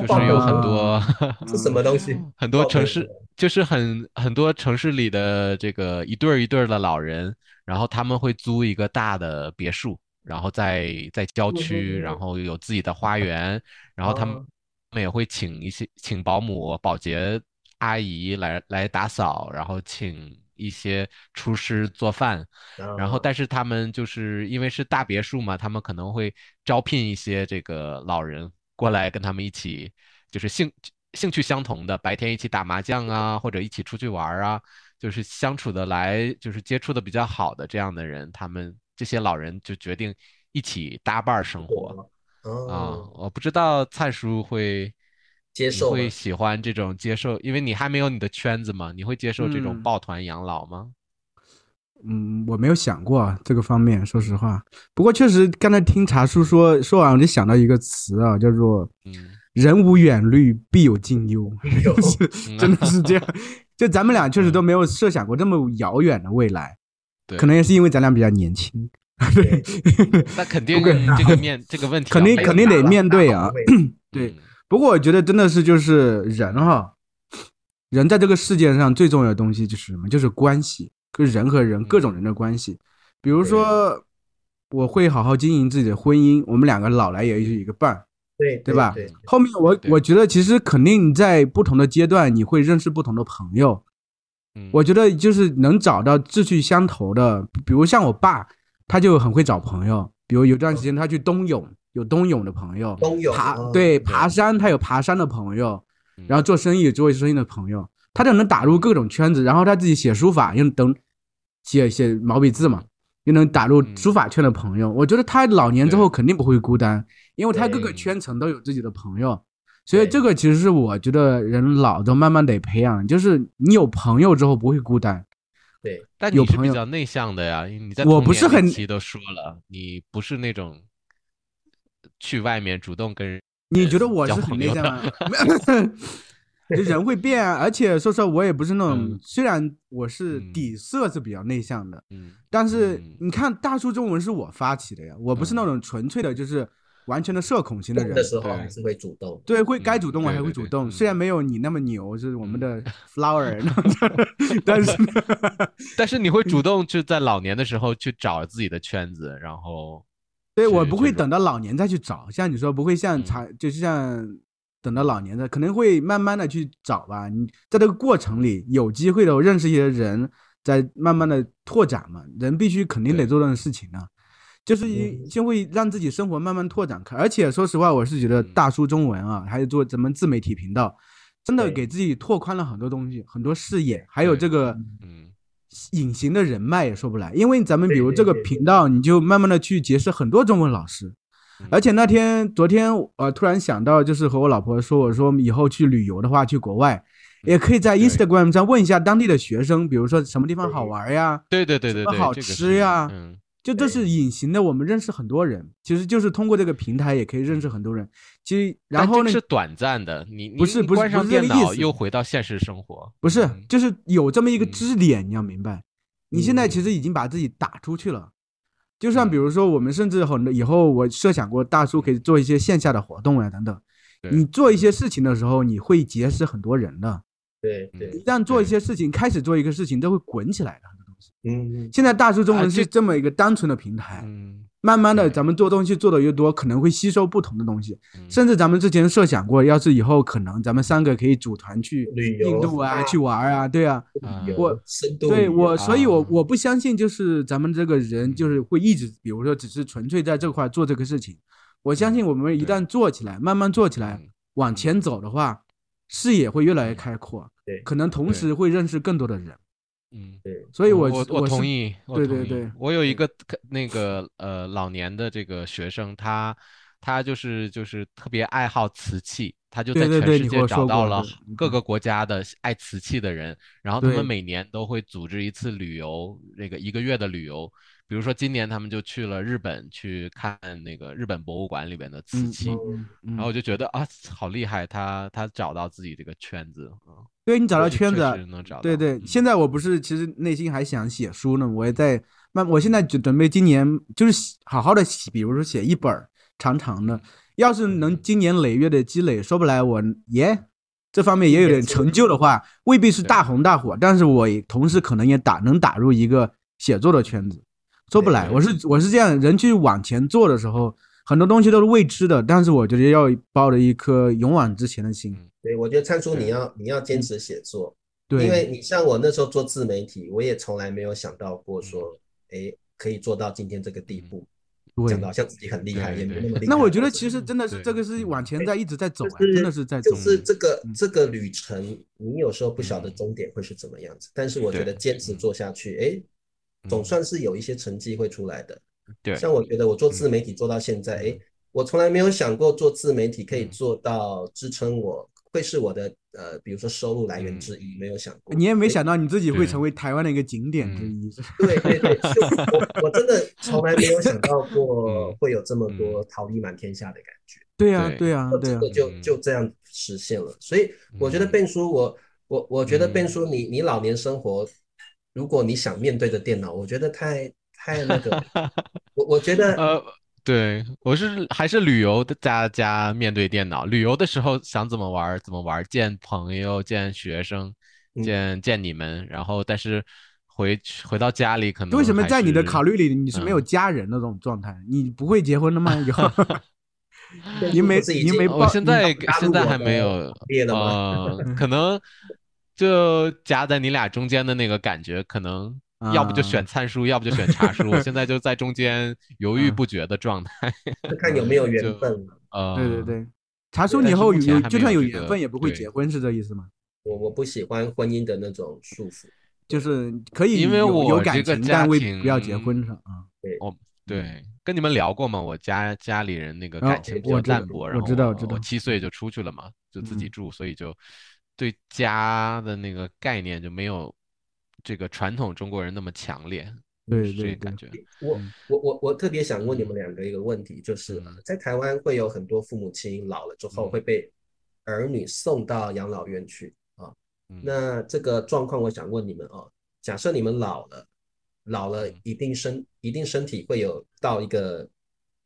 Speaker 1: 就 是有很多
Speaker 3: 是什么东西？
Speaker 1: 很多
Speaker 3: 抱团
Speaker 1: 城
Speaker 3: 养
Speaker 1: 市
Speaker 3: 老，
Speaker 1: 就是很很多城市里的这个一对儿一对儿的老人，然后他们会租一个大的别墅，然后在在郊区，
Speaker 3: 嗯
Speaker 1: 然后有自己的花园，然后他们
Speaker 3: 哦
Speaker 1: 他们也会请一些请保姆、保洁阿姨来来打扫，然后请一些厨师做饭，然后
Speaker 3: 啊
Speaker 1: 但是他们就是因为是大别墅嘛，他们可能会招聘一些这个老人过来跟他们一起，就是兴兴趣相同的，白天一起打麻将啊，或者一起出去玩儿啊，就是相处的来，就是接触的比较好的这样的人，他们这些老人就决定一起搭伴儿生活啊
Speaker 3: 哦
Speaker 1: 啊。我不知道蔡叔会
Speaker 3: 接
Speaker 1: 你
Speaker 3: 受吗
Speaker 1: 会喜欢这种接受，因为你还没有你的圈子嘛，你会接受这种
Speaker 2: 嗯
Speaker 1: 抱团养老吗？
Speaker 2: 嗯，我没有想过啊这个方面，说实话。不过确实，刚才听茶叔说说完，我就想到一个词啊，叫做
Speaker 1: 嗯
Speaker 2: “人无远虑，必有近 忧”，
Speaker 3: 有
Speaker 1: 嗯
Speaker 2: 真的是这样。就咱们俩确实都没有设想过这么遥远的未来，
Speaker 1: 对，
Speaker 2: 可能也是因为咱俩比较年轻，
Speaker 3: 对，
Speaker 1: 那肯定
Speaker 2: 不过
Speaker 1: 这个 面这个问题啊
Speaker 2: 肯
Speaker 1: 要
Speaker 2: 定
Speaker 1: 面
Speaker 2: 肯定
Speaker 1: 对
Speaker 2: 得面对 啊。对
Speaker 1: 嗯
Speaker 2: 不过我觉得真的是就是人哈，人在这个世界上最重要的东西就是什么？就是关系，就是人和人
Speaker 1: 嗯
Speaker 2: 各种人的关系。比如说，我会好好经营自己的婚姻，我们两个老来也是一个伴儿，
Speaker 3: 对
Speaker 2: 对吧
Speaker 3: 对，
Speaker 2: 后面我
Speaker 1: 对
Speaker 2: 我觉得其实肯定你在不同的阶段，你会认识不同的朋友。
Speaker 1: 嗯
Speaker 2: 我觉得就是能找到志趣相投的，比如像我爸，他就很会找朋友。比如有段时间他去冬泳，有冬泳的朋友，
Speaker 3: 冬泳
Speaker 2: 爬
Speaker 3: 嗯
Speaker 1: 对
Speaker 2: 对爬山，他有爬山的朋友，
Speaker 1: 嗯
Speaker 2: 然后做生意有做生意的朋友，他就能打入各种圈子。然后他自己写书法，又能写写毛笔字嘛，又能打入
Speaker 1: 嗯
Speaker 2: 书法圈的朋友。我觉得他老年之
Speaker 1: 对
Speaker 2: 后肯定不会孤单，因为他各个
Speaker 1: 对
Speaker 2: 圈层都有自己的朋友。所以
Speaker 3: 对
Speaker 2: 这个其实是我觉得人老都慢慢得培养，就是你有朋友之后不会孤单。
Speaker 3: 对，
Speaker 1: 但
Speaker 2: 有
Speaker 1: 你是
Speaker 2: 朋
Speaker 1: 比
Speaker 2: 友
Speaker 1: 较内向的呀，你在
Speaker 2: 我
Speaker 1: 童
Speaker 2: 不
Speaker 1: 年
Speaker 2: 是
Speaker 1: 那
Speaker 2: 很
Speaker 1: 期都说了，你不是那种去外面主动跟人
Speaker 2: 你觉得我
Speaker 1: 交
Speaker 2: 是很
Speaker 1: 朋
Speaker 2: 内
Speaker 1: 友
Speaker 2: 向
Speaker 1: 的
Speaker 2: 吗？就人会变啊，而且说实话，我也不是那种，
Speaker 1: 嗯
Speaker 2: 虽然我是
Speaker 1: 嗯
Speaker 2: 底色是比较内向的，
Speaker 1: 嗯，
Speaker 2: 但是
Speaker 1: 嗯
Speaker 2: 你看大叔中文是我发起的呀，我不是那
Speaker 1: 嗯
Speaker 2: 种纯粹的，就是完全的社恐型的
Speaker 3: 动
Speaker 2: 人
Speaker 3: 的。时候
Speaker 1: 对
Speaker 3: 还是会主动，
Speaker 2: 对，会该
Speaker 1: 嗯
Speaker 2: 主动我
Speaker 1: 对
Speaker 2: 还
Speaker 1: 对
Speaker 2: 会
Speaker 1: 对
Speaker 2: 主动，
Speaker 1: 嗯
Speaker 2: 虽然没有你那么牛，就是我们的 flower，但 是呢
Speaker 1: 但是你会主动去在老年的时候去找自己的圈子，然后
Speaker 2: 对我
Speaker 1: 是
Speaker 2: 不
Speaker 1: 这
Speaker 2: 会
Speaker 1: 种
Speaker 2: 等到老年再去找，像你说不会像
Speaker 1: 嗯
Speaker 2: 茶，就是像等到老年的，可能会慢慢的去找吧。你在这个过程里有机会的认识一些人，在慢慢的拓展嘛。人必须肯定得
Speaker 1: 对
Speaker 2: 做这种事情啊，就是一
Speaker 3: 嗯
Speaker 2: 就会让自己生活慢慢拓展开。而且说实话，我是觉得
Speaker 1: 嗯
Speaker 2: 大叔中文啊，还有做咱们自媒体频道，真的
Speaker 3: 对
Speaker 2: 给自己拓宽了很多东西，很多视野，还有
Speaker 1: 对
Speaker 2: 这个。
Speaker 1: 嗯
Speaker 2: 隐形的人脉也说不来，因为咱们比如
Speaker 3: 对对
Speaker 2: 这个
Speaker 3: 对对
Speaker 2: 频道，你就慢慢的去结识很多中文老师，
Speaker 1: 嗯
Speaker 2: 而且那天昨天呃突然想到，就是和我老婆说，我说以后去旅游的话，去国外也可以在
Speaker 1: 嗯对
Speaker 2: Instagram 上问一下当地的学生，比如说什么地方好
Speaker 3: 对
Speaker 2: 玩呀，
Speaker 1: 对对对
Speaker 2: 什
Speaker 1: 对
Speaker 2: 么
Speaker 1: 对，
Speaker 2: 好
Speaker 1: 这个
Speaker 2: 吃
Speaker 1: 是
Speaker 2: 呀
Speaker 1: 嗯
Speaker 2: 就这
Speaker 3: 对
Speaker 2: 是隐形的，我们认识很多人，其实就是通过这个平台也可以认识很多人。其实然
Speaker 1: 但这
Speaker 2: 后呢
Speaker 1: 个，是短暂的，你你
Speaker 2: 不是
Speaker 1: 你
Speaker 2: 不是
Speaker 1: 关
Speaker 2: 不
Speaker 1: 上
Speaker 2: 是这个
Speaker 1: 电
Speaker 2: 意
Speaker 1: 脑
Speaker 2: 思
Speaker 1: 又回到现实生活，
Speaker 2: 不是
Speaker 1: 嗯
Speaker 2: 就是有这么一个
Speaker 1: 嗯
Speaker 2: 支点，你要明白，你现在其实已经把自己打出去了。就像比
Speaker 1: 嗯
Speaker 2: 如说，我们甚至很多以后，我设想过大叔可以做一些线下的活动呀、等等。
Speaker 1: 对
Speaker 2: 你做一些事情的时候，你会结识很多人的。
Speaker 3: 对
Speaker 1: 嗯
Speaker 3: 对，
Speaker 2: 一旦做一
Speaker 1: 对
Speaker 2: 些事情，开始做一个事情，都会滚起来的。
Speaker 3: 嗯，嗯
Speaker 2: 现在大叔中
Speaker 1: 啊
Speaker 2: 文
Speaker 1: 这
Speaker 2: 是这么一个单纯的平台，
Speaker 1: 嗯
Speaker 2: 慢慢的
Speaker 1: 对
Speaker 2: 咱们做东西做的越多，可能会吸收不同的东西。
Speaker 1: 嗯
Speaker 2: 甚至咱们之前设想过，要是以后可能咱们三个可以组团去
Speaker 3: 旅游
Speaker 2: 印度啊，
Speaker 3: 啊
Speaker 2: 去玩儿啊，对啊，
Speaker 1: 啊
Speaker 3: 有
Speaker 2: 我
Speaker 3: 深度旅
Speaker 2: 对
Speaker 3: 游
Speaker 2: 我，所以我
Speaker 1: 啊
Speaker 2: 我不相信，就是咱们这个人
Speaker 1: 嗯
Speaker 2: 就是会一直，比如说只是纯粹在这块做这个事情。我相信我们一
Speaker 1: 嗯对
Speaker 2: 旦做起来，慢慢做起来
Speaker 1: 嗯，
Speaker 2: 往前走的话，视野会越来越开阔
Speaker 3: 对，
Speaker 2: 可能同
Speaker 1: 对
Speaker 2: 时会认识更多的人。
Speaker 1: 嗯。
Speaker 3: 对
Speaker 2: 所以
Speaker 1: 我
Speaker 2: 我
Speaker 1: 我同
Speaker 2: 是
Speaker 1: 意，我
Speaker 2: 对
Speaker 1: 同
Speaker 2: 对
Speaker 1: 意
Speaker 2: 对
Speaker 1: 我有一
Speaker 2: 对
Speaker 1: 个特那个呃老年的这个学生，他他就是就是特别爱好瓷器，他就
Speaker 2: 对
Speaker 1: 在
Speaker 2: 对
Speaker 1: 全
Speaker 2: 对
Speaker 1: 世
Speaker 2: 你和我
Speaker 1: 界找
Speaker 2: 说
Speaker 1: 到
Speaker 2: 过
Speaker 1: 了
Speaker 2: 对嗯
Speaker 1: 各个国家的爱瓷器的人，然后他
Speaker 2: 对
Speaker 1: 们每年都会组织一次旅游，那个一个月的旅游，比如说今年他们就去了日本去看那个日本博物馆里边的瓷
Speaker 2: 嗯
Speaker 1: 器，
Speaker 2: 嗯嗯
Speaker 1: 然后
Speaker 2: 嗯
Speaker 1: 我，就觉得啊好厉害，他他找到自己这个圈子，嗯，
Speaker 2: 对你找到
Speaker 1: 确
Speaker 2: 圈
Speaker 1: 确
Speaker 2: 子啊，
Speaker 1: 实能找到，
Speaker 2: 对对，
Speaker 1: 嗯
Speaker 2: 现在我不是，其实内心还想写书呢，我也在慢，我现在就准备今年就是写好好的写，比如说写一本儿长长的，要是能
Speaker 1: 嗯
Speaker 2: 经年累月的积累，说不来我耶这方面也有点成就的话，未必是大红大火，但是我也同时可能也打能打入一个写作的圈子，说不来，
Speaker 1: 对
Speaker 2: 我是我是这样，人去往前做的时候，很多东西都是未知的，但是我觉得要抱着一颗勇往直前的心，
Speaker 3: 对，我觉得灿叔
Speaker 1: 对
Speaker 3: 你要你要坚持写作，
Speaker 2: 对，
Speaker 3: 因为你像我那时候做自媒体，我也从来没有想到
Speaker 2: 嗯
Speaker 3: 过说，哎，可以做到今天这个地步，
Speaker 2: 嗯对
Speaker 3: 讲的好像自己很厉害，
Speaker 1: 对
Speaker 3: 也没
Speaker 1: 对
Speaker 3: 那么厉害。
Speaker 2: 那我觉得
Speaker 3: 但是
Speaker 2: 其实真的是
Speaker 1: 嗯对
Speaker 2: 这个是往前在一直在走、啊，
Speaker 3: 哎就是
Speaker 2: 真的是在走。
Speaker 3: 就是这个
Speaker 2: 嗯
Speaker 3: 这个旅程，你有时候不晓得
Speaker 1: 嗯
Speaker 3: 终点会是怎么样子，但是我觉
Speaker 1: 对
Speaker 3: 得坚持
Speaker 1: 嗯
Speaker 3: 做下去，哎，总
Speaker 1: 嗯
Speaker 3: 算是有一些成绩会出来的。
Speaker 1: 对
Speaker 3: 像我觉得我做
Speaker 2: 嗯
Speaker 3: 自媒体做到现在，哎，我从来没有想过做自媒体可以
Speaker 1: 嗯
Speaker 3: 做到支撑我会是我的呃，比如说收入来源之一，没有想
Speaker 2: 嗯
Speaker 3: 过。
Speaker 2: 呃你也没想
Speaker 3: 到。
Speaker 2: 到你自己
Speaker 1: 嗯
Speaker 2: 会
Speaker 1: 对
Speaker 2: 成为台湾的一个景点之
Speaker 1: 嗯
Speaker 2: 一，是吧
Speaker 3: 对对对，就我我真的从来没有想到 过
Speaker 1: 嗯
Speaker 3: 会有这么多桃李满天下的感觉，
Speaker 2: 对呀，
Speaker 1: 对
Speaker 2: 对呀，对啊
Speaker 3: 这
Speaker 2: 呀
Speaker 3: 个，就
Speaker 1: 嗯
Speaker 3: 就这样实现了。所以我觉得
Speaker 1: 嗯
Speaker 3: 变叔，我我我觉得变
Speaker 1: 嗯
Speaker 3: 叔你，你老年生活，如果你想面对着电脑，我觉得太太 那个，我我觉
Speaker 2: 啊
Speaker 3: 得
Speaker 1: 呃，对，我是还是旅游的，大家面对电脑，旅游的时候想怎么玩儿怎么玩儿，见朋友、见学生、
Speaker 3: 嗯
Speaker 1: 见见你们，然后但是回去回到家里可能
Speaker 2: 为什么
Speaker 1: 还
Speaker 2: 在你的
Speaker 1: 是嗯
Speaker 2: 考虑里你是没有家人的这种状态？你不会结婚了吗？以 后
Speaker 3: 变
Speaker 2: 你
Speaker 3: 叔不
Speaker 2: 没
Speaker 3: 是已
Speaker 2: 你
Speaker 3: 经
Speaker 2: 没
Speaker 1: 我
Speaker 2: 报
Speaker 1: 现
Speaker 2: 你
Speaker 1: 在
Speaker 3: 加入
Speaker 1: 现在
Speaker 3: 我
Speaker 1: 还
Speaker 3: 的
Speaker 1: 没有
Speaker 3: 列了吗？
Speaker 1: 呃，可能就夹在你俩中间的那个感觉，可能要不就选
Speaker 2: 啊
Speaker 1: 参数，要不就选茶数。我现在就在中间犹豫
Speaker 2: 嗯
Speaker 1: 不决的状态。
Speaker 3: 就看有没有
Speaker 1: 就
Speaker 3: 缘分了。
Speaker 1: 呃，
Speaker 2: 对 对对，查叔
Speaker 3: 对
Speaker 2: 你以
Speaker 3: 但是
Speaker 2: 后
Speaker 1: 目
Speaker 2: 有
Speaker 1: 前
Speaker 2: 有
Speaker 1: 还
Speaker 2: 就
Speaker 1: 没
Speaker 2: 算
Speaker 1: 有
Speaker 2: 有
Speaker 1: 这
Speaker 2: 缘
Speaker 1: 个
Speaker 2: 分也不会
Speaker 1: 对
Speaker 2: 结婚，是这意思吗？
Speaker 3: 我我不喜欢婚姻的那种束缚。
Speaker 2: 就是可以
Speaker 1: 因为
Speaker 2: 有有
Speaker 1: 我
Speaker 2: 感
Speaker 1: 这个
Speaker 2: 情，
Speaker 1: 家
Speaker 2: 但未不要结
Speaker 1: 庭嗯
Speaker 2: 婚是吧？啊，
Speaker 1: 对，跟你们聊过吗？我家家里人那个
Speaker 2: 嗯然
Speaker 1: 感
Speaker 2: 后
Speaker 1: 情比较
Speaker 2: 我知道
Speaker 1: 淡薄，
Speaker 2: 我
Speaker 1: 然后
Speaker 2: 知道我知
Speaker 1: 我
Speaker 2: 道
Speaker 1: 七岁就出去了嘛，就自己
Speaker 2: 嗯
Speaker 1: 住，所以就对家的那个概念就没有这个传统中国人那么强烈，
Speaker 2: 对
Speaker 1: 是这
Speaker 2: 对
Speaker 1: 个感
Speaker 2: 对，
Speaker 1: 觉。
Speaker 3: 我
Speaker 2: 嗯
Speaker 3: 我我我特别想问你们两个一个问题，就是
Speaker 1: 嗯
Speaker 3: 在台湾会有很多父母亲老了之后
Speaker 1: 嗯
Speaker 3: 会被儿女送到养老院去啊。
Speaker 1: 嗯
Speaker 3: 那这个状况，我想问你们哦，假设你们老了，老了
Speaker 1: 嗯
Speaker 3: 一定身一定身体会有到一个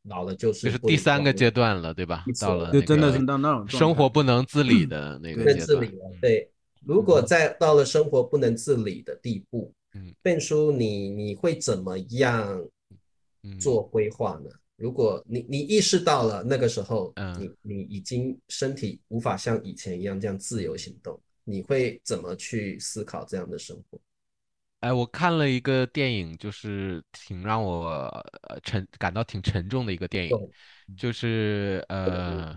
Speaker 3: 老了就
Speaker 1: 就是是
Speaker 3: 不
Speaker 1: 第
Speaker 3: 能
Speaker 1: 三个
Speaker 3: 动
Speaker 1: 阶段了，对吧
Speaker 3: 没？错
Speaker 1: 到了
Speaker 2: 就
Speaker 1: 那
Speaker 2: 真的
Speaker 1: 个
Speaker 2: 是到那种状
Speaker 1: 生
Speaker 2: 态
Speaker 1: 活不能自理的那
Speaker 3: 不
Speaker 1: 个
Speaker 3: 能
Speaker 1: 阶
Speaker 3: 自
Speaker 1: 段
Speaker 3: 理。了。
Speaker 1: 嗯
Speaker 3: 对，如果
Speaker 2: 嗯
Speaker 3: 在到了生活不能自理的地步，
Speaker 1: 嗯
Speaker 3: 变叔你你会怎么样
Speaker 1: 嗯
Speaker 3: 做规划呢？如果你你意识到了那个时候，
Speaker 1: 嗯
Speaker 3: 你你已经身体无法像以前一样这样自由行动，你会怎么去思考这样的生活？
Speaker 1: 哎，我看了一个电影，就是挺让我呃沉感到挺沉重的一个电影，
Speaker 3: 懂
Speaker 1: 就是呃，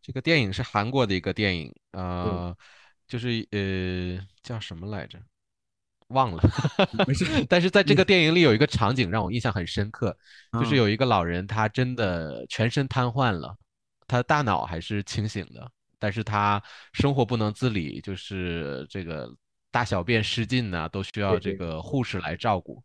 Speaker 1: 这个电影是韩国的一个电影，
Speaker 3: 嗯，
Speaker 1: 呃，就是呃叫什么来着？忘了，
Speaker 2: 没事，
Speaker 1: 但是在这
Speaker 2: 你
Speaker 1: 个电影里有一个场景让我印象很深刻，
Speaker 3: 嗯
Speaker 1: 就是
Speaker 2: 啊
Speaker 1: 有一个老人，他真的全身瘫痪了，他的大脑还是清醒的，但是他生活不能自理，就是这个大小便失禁呐、都需要
Speaker 3: 对
Speaker 1: 这
Speaker 3: 对，
Speaker 1: 个护士来照顾。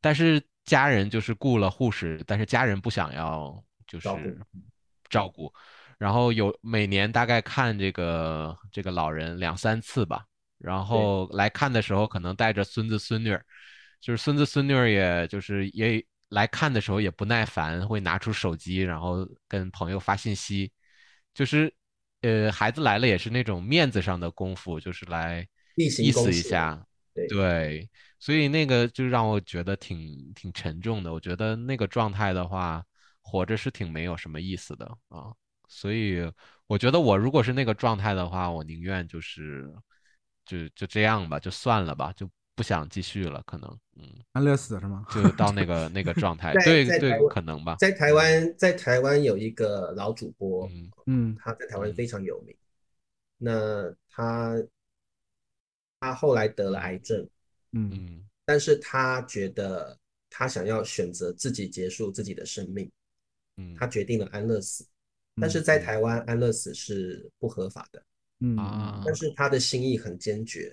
Speaker 1: 但是家人就是雇了护士，但是家人不想要就
Speaker 3: 照顾嗯
Speaker 1: 是照顾，然后有每年大概看这个这个老人两三次吧，然
Speaker 3: 对，
Speaker 1: 后来看的时候可能带着孙子孙女儿，就是孙子孙女儿也就是也来看的时候也不耐烦，会拿出手机然后跟朋友发信息，就是呃孩子来了也是那种面子上的功夫，就是来
Speaker 3: 例
Speaker 1: 意
Speaker 3: 行公
Speaker 1: 思一
Speaker 3: 事了，
Speaker 1: 下，
Speaker 3: 对，
Speaker 1: 对。所以那个就让我觉得挺挺沉重的。我觉得那个状态的话，活着是挺没有什么意思的啊。所以我觉得我如果是那个状态的话，我宁愿就是就就这样吧，就算了吧，就不想继续了。可能嗯，
Speaker 2: 安乐死是吗？
Speaker 1: 就到那个那个状 态，
Speaker 3: 在
Speaker 1: 对
Speaker 3: 在
Speaker 1: 对，
Speaker 3: 台湾，
Speaker 1: 可能吧。
Speaker 3: 在台
Speaker 1: 嗯
Speaker 3: 湾，在台湾有一个老主播，
Speaker 1: 嗯
Speaker 2: 嗯
Speaker 3: 他在台湾
Speaker 1: 嗯
Speaker 3: 非常有名。那他他后来得了癌
Speaker 1: 嗯
Speaker 3: 症，
Speaker 2: 嗯
Speaker 1: 嗯
Speaker 3: 但是他觉得他想要选择自己结束自己的生命，他
Speaker 1: 嗯
Speaker 3: 决定了安乐死。但是
Speaker 2: 嗯
Speaker 3: 在台
Speaker 1: 嗯
Speaker 3: 湾，安乐死是不合法的。
Speaker 2: 嗯嗯
Speaker 3: 但
Speaker 1: 啊，
Speaker 3: 是他的心意很坚决，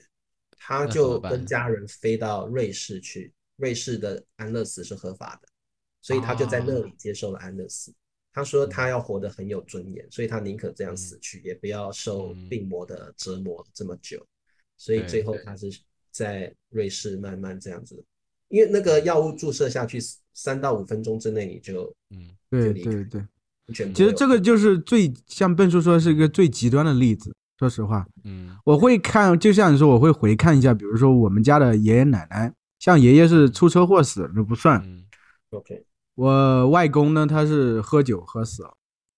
Speaker 3: 他
Speaker 1: 那怎么
Speaker 3: 就跟
Speaker 1: 办
Speaker 3: 家人飞到瑞士去，瑞士的安乐死是合法的，所以他就在那里
Speaker 1: 啊？
Speaker 3: 接受了安乐死。他说他
Speaker 1: 嗯
Speaker 3: 要活得很有尊严，所以他宁可这样
Speaker 1: 嗯
Speaker 3: 死去，也不要受
Speaker 1: 嗯，
Speaker 3: 病魔的折磨这么久。所以最
Speaker 1: 对，
Speaker 3: 后他是在瑞士慢慢这样子，因为那个药物注射下去，三到五分钟之内你就
Speaker 1: 嗯
Speaker 3: 就
Speaker 2: 对
Speaker 3: 离开，
Speaker 2: 对对，
Speaker 3: 完全不
Speaker 2: 其
Speaker 3: 会
Speaker 2: 实
Speaker 3: 有
Speaker 2: 这个就是最像笨叔说是一个最极端的例子。说实话，
Speaker 1: 嗯
Speaker 2: 我会看，就像你说，我会回看一下，比如说我们家的爷爷奶奶，像爷爷是
Speaker 1: 嗯
Speaker 2: 出车祸死的，这不算。
Speaker 1: 嗯
Speaker 3: OK，
Speaker 2: 我外公呢，他是喝酒喝死了，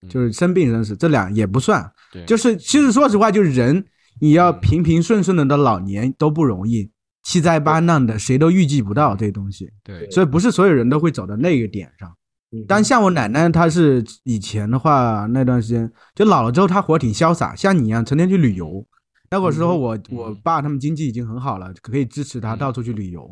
Speaker 2: 就
Speaker 1: 嗯，
Speaker 2: 是生病生死，这俩也不算。就
Speaker 1: 对，
Speaker 2: 是其实说实话，就是人你要
Speaker 1: 嗯
Speaker 2: 平平顺顺的到老年都不容易，七灾八
Speaker 3: 对
Speaker 2: 难的谁都预计不到
Speaker 1: 嗯
Speaker 2: 这东西，
Speaker 1: 对，
Speaker 2: 所以
Speaker 3: 对，
Speaker 2: 不是所有人都会走到那个点上。
Speaker 3: 嗯
Speaker 2: 但
Speaker 3: 哼，
Speaker 2: 像我奶奶，她是以前的话，那段时间就老了之后，她活挺潇洒，像你一样成天去旅
Speaker 1: 嗯
Speaker 2: 游。那个
Speaker 3: 嗯
Speaker 2: 时候
Speaker 3: 哼，
Speaker 2: 我，我
Speaker 1: 嗯
Speaker 2: 爸他们经济已经很好了，可以支持她到
Speaker 1: 嗯
Speaker 2: 处去旅游。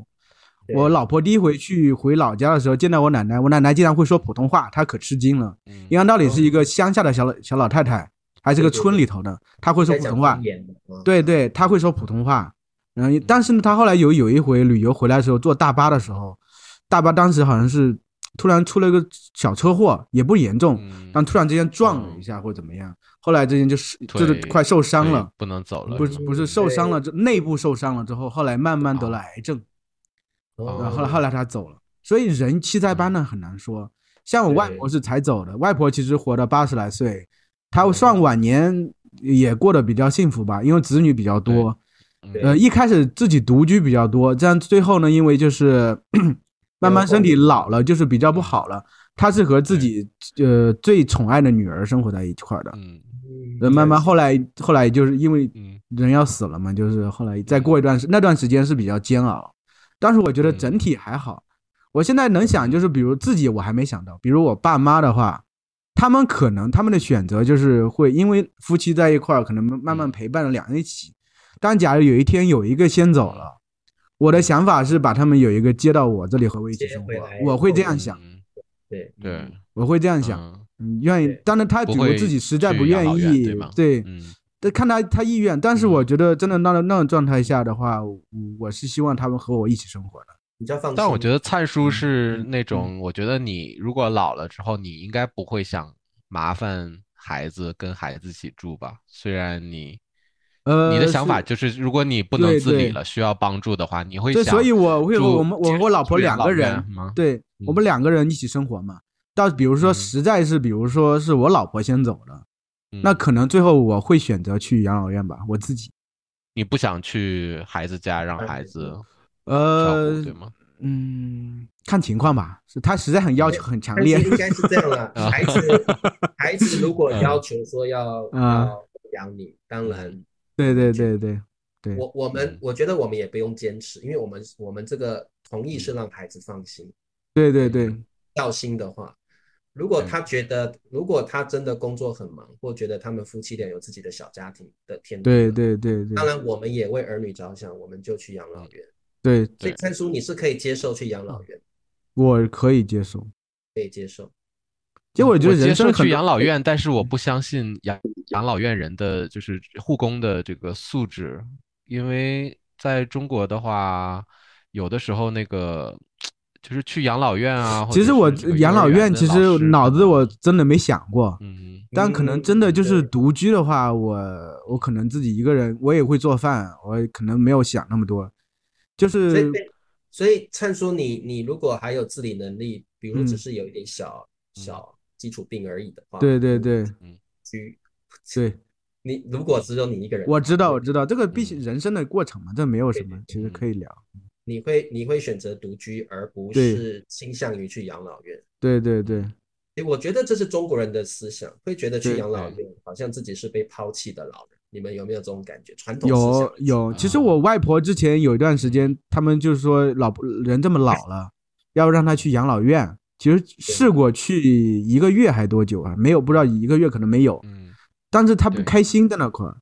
Speaker 2: 我
Speaker 3: 对，
Speaker 2: 老婆第一回去回老家的时候，见到我奶奶，我奶奶竟然会说普通话，她可吃惊了。因为
Speaker 1: 嗯
Speaker 2: 按道理是
Speaker 3: 哦，
Speaker 2: 一个乡下的小老小老太太，还是
Speaker 3: 对
Speaker 2: 个
Speaker 3: 对
Speaker 2: 村
Speaker 3: 对
Speaker 2: 里头的，他会说
Speaker 3: 在
Speaker 2: 普
Speaker 3: 讲
Speaker 2: 通话
Speaker 3: 方，言的啊，
Speaker 2: 对对，他会说普通话。然后，但是呢，他后来有有一回旅游回来的时候，坐大巴的时候，大巴当时好像是突然出了个小车祸，也不严重，
Speaker 1: 嗯，
Speaker 2: 但突然之间撞了一下或者怎么样，后来之间就是就是
Speaker 1: 腿
Speaker 2: 快受伤
Speaker 1: 所以
Speaker 2: 了，
Speaker 1: 不能走了，
Speaker 2: 不
Speaker 1: 是嗯
Speaker 2: 是
Speaker 1: 吗
Speaker 2: 不是受伤了，就内部受伤了之后，后来慢慢得了癌症，
Speaker 3: 哦
Speaker 2: 然后后来后来他走了。所以人七在
Speaker 1: 嗯
Speaker 2: 八呢很难说，像我外
Speaker 3: 对
Speaker 2: 婆是才走的，外婆其实活到八十来岁，
Speaker 1: 哦
Speaker 2: 她算晚年也过得比较幸福吧，因为子女比较多。
Speaker 1: 嗯
Speaker 3: 对
Speaker 2: 呃，一开始自己独居比较多，这样最后呢，因为就是慢慢身体老了，就是比较不好了。他是和自己呃最宠爱的女儿生活在一块儿的。
Speaker 1: 嗯
Speaker 3: 嗯
Speaker 2: 呃，慢慢后来后来就是因为
Speaker 1: 嗯
Speaker 2: 人要死了嘛，就是后来再过一段时那段时间是比较煎熬，但是我觉得整
Speaker 1: 嗯
Speaker 2: 体还好。我现在能想就是，比如自己我还没想到，比如我爸妈的话，他们可能他们的选择就是会因为夫妻在一块儿，可能慢慢
Speaker 1: 嗯
Speaker 2: 陪伴了两人一起。但假如有一天有一个先走了，我的想法是把他们有一个接到我这里和我一起
Speaker 3: 接
Speaker 2: 生活
Speaker 3: 回来，
Speaker 2: 我会这样
Speaker 3: 嗯
Speaker 2: 想，
Speaker 1: 嗯
Speaker 3: 对
Speaker 1: 对，
Speaker 2: 我会这样想。
Speaker 1: 嗯
Speaker 2: 嗯，愿意
Speaker 3: 对，
Speaker 2: 当然他
Speaker 1: 不
Speaker 2: 如果
Speaker 1: 会
Speaker 2: 自己实在
Speaker 1: 去
Speaker 2: 不
Speaker 1: 养
Speaker 2: 愿
Speaker 1: 老院
Speaker 2: 意
Speaker 1: 对吧，
Speaker 2: 对，
Speaker 1: 嗯
Speaker 2: 但看他他意愿。但是我觉得真的那那种状态下的话，我我是希望他们和我一起生活的。
Speaker 3: 比较放心。
Speaker 1: 但我觉得灿叔
Speaker 2: 嗯
Speaker 1: 是
Speaker 2: 嗯
Speaker 1: 那种，我觉得你如果老了之后，你应该不会想麻烦孩子跟孩子一起住吧？虽然你
Speaker 2: 呃，
Speaker 1: 你的想法
Speaker 2: 是
Speaker 1: 就是，如果你不能
Speaker 2: 对
Speaker 1: 自理
Speaker 2: 对
Speaker 1: 了，需要帮助的话，你会
Speaker 2: 对，
Speaker 1: 想
Speaker 2: 所以我会和
Speaker 1: 住
Speaker 2: 我们我和我老婆
Speaker 1: 住养
Speaker 2: 两个
Speaker 1: 老院
Speaker 2: 人，
Speaker 1: 吗？
Speaker 2: 对我们两个人一起生活嘛。到比如说
Speaker 1: 嗯
Speaker 2: 实在是，比如说是我老婆先走了，那
Speaker 1: 嗯
Speaker 2: 可能最后我会选择去养老院吧，我自己。
Speaker 1: 你不想去孩子家让
Speaker 3: 哎
Speaker 1: 孩子照
Speaker 2: 呃
Speaker 1: 顾，对吗？，
Speaker 2: 嗯，看情况吧，是他实在很要求很强
Speaker 3: 但
Speaker 2: 烈
Speaker 3: 是，应该是这样啦
Speaker 1: 啊嗯
Speaker 3: 孩子孩子如果要求说要
Speaker 2: 啊
Speaker 3: 要养你，当然
Speaker 2: 对对对对对，
Speaker 3: 我我们
Speaker 1: 嗯
Speaker 3: 我觉得我们也不用坚持，因为我们我们这个同意
Speaker 1: 嗯
Speaker 3: 是让孩子放心。
Speaker 2: 对对对，
Speaker 3: 孝心的话，
Speaker 1: 嗯
Speaker 3: 如果他觉得如果他真的工作很忙，或觉得他们夫妻俩有自己的小家庭的天地，
Speaker 2: 对，对对对
Speaker 3: 当，然我们也为儿女着想，我们就去养
Speaker 1: 嗯
Speaker 3: 老院。
Speaker 2: 对
Speaker 3: 所以三叔你是可以接受去养老院，
Speaker 2: 我可以接受。
Speaker 3: 可以接受。
Speaker 2: 结果
Speaker 1: 我
Speaker 2: 我觉得人
Speaker 1: 接受
Speaker 2: 生很
Speaker 1: 去
Speaker 2: 多
Speaker 1: 养老院，但是我不相信养养老院人的就是护工的这个素质，因为在中国的话，有的时候那个就是去养老院啊，或
Speaker 2: 其
Speaker 1: 者
Speaker 2: 实我
Speaker 1: 是这个幼
Speaker 2: 养
Speaker 1: 儿
Speaker 2: 老
Speaker 1: 园
Speaker 2: 院
Speaker 1: 的
Speaker 2: 其
Speaker 1: 老
Speaker 2: 实
Speaker 1: 师
Speaker 2: 脑
Speaker 1: 可
Speaker 2: 子我
Speaker 1: 能
Speaker 2: 真的没想过，
Speaker 1: 嗯
Speaker 2: 但可能真的就是
Speaker 3: 嗯
Speaker 2: 独居的话，我我可能自己一个人，我也会做饭，我可能没有想那么多，就
Speaker 3: 所以
Speaker 2: 是
Speaker 3: 被所以灿叔你你如果还有自理能力，比如说只是有一点小小基础病而已的话，
Speaker 2: 对对对
Speaker 1: 嗯
Speaker 3: 去
Speaker 2: 对，
Speaker 3: 你如果只有你一个人的话，
Speaker 2: 我知道我
Speaker 3: 你
Speaker 2: 知道这个必须
Speaker 1: 嗯
Speaker 2: 人生的过程嘛，这没有什么
Speaker 3: 对，嗯
Speaker 2: 其实可以聊。
Speaker 3: 你会你会选择独居，而不
Speaker 2: 对
Speaker 3: 是倾向于去养老院。
Speaker 2: 对对对
Speaker 3: 诶我觉得这是中国人的思想，会觉得去
Speaker 2: 对
Speaker 3: 养老
Speaker 1: 对
Speaker 3: 院好像自己是被抛弃的老人。你们有没有这种感觉？传统思想
Speaker 2: 有
Speaker 3: 的思
Speaker 2: 有，其实
Speaker 1: 啊
Speaker 2: 我外婆之前有一段时间，他们就是说老婆人这么老了，要让她去养老院。其实试过去一个月还多久啊？没有，不知道一个月可能没有。
Speaker 1: 嗯
Speaker 2: 但是她不
Speaker 1: 对
Speaker 2: 开心在那块儿，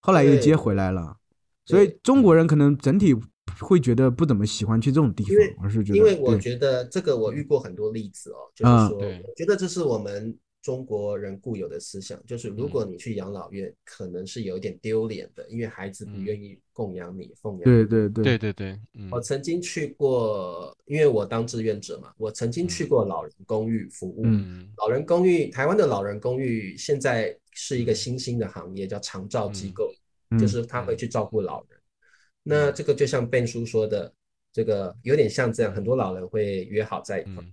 Speaker 2: 后来又
Speaker 3: 对
Speaker 2: 接回来了。
Speaker 3: 对
Speaker 2: 所以中国人可能整体会觉得不怎么喜欢去这种地
Speaker 3: 因为
Speaker 2: 方，我是觉
Speaker 3: 想。
Speaker 2: 得，
Speaker 3: 因为我
Speaker 2: 对
Speaker 3: 觉得这个我遇过很多例子哦，就
Speaker 2: 啊
Speaker 3: 是说，
Speaker 1: 对
Speaker 3: 我觉得这是我们中国人固有的思想，就是
Speaker 2: 嗯
Speaker 3: 如果你去养老院，可能是有一点丢脸的，因为孩子不
Speaker 1: 嗯
Speaker 3: 愿意供养你、奉养你。
Speaker 2: 对对对
Speaker 1: 对对对，嗯
Speaker 3: 我曾经去过，因为我当志愿者嘛，我曾经去
Speaker 1: 嗯
Speaker 3: 过老人公寓服务。
Speaker 2: 嗯
Speaker 1: 嗯
Speaker 3: 老人公寓，台湾的老人公寓现在是一个新兴的行业，叫长照机构，
Speaker 2: 嗯
Speaker 3: 就是他会去照顾老
Speaker 1: 嗯
Speaker 3: 人。那这个就像Ben 叔说的，这个有点像这样，很多老人会约好在一块，
Speaker 1: 嗯对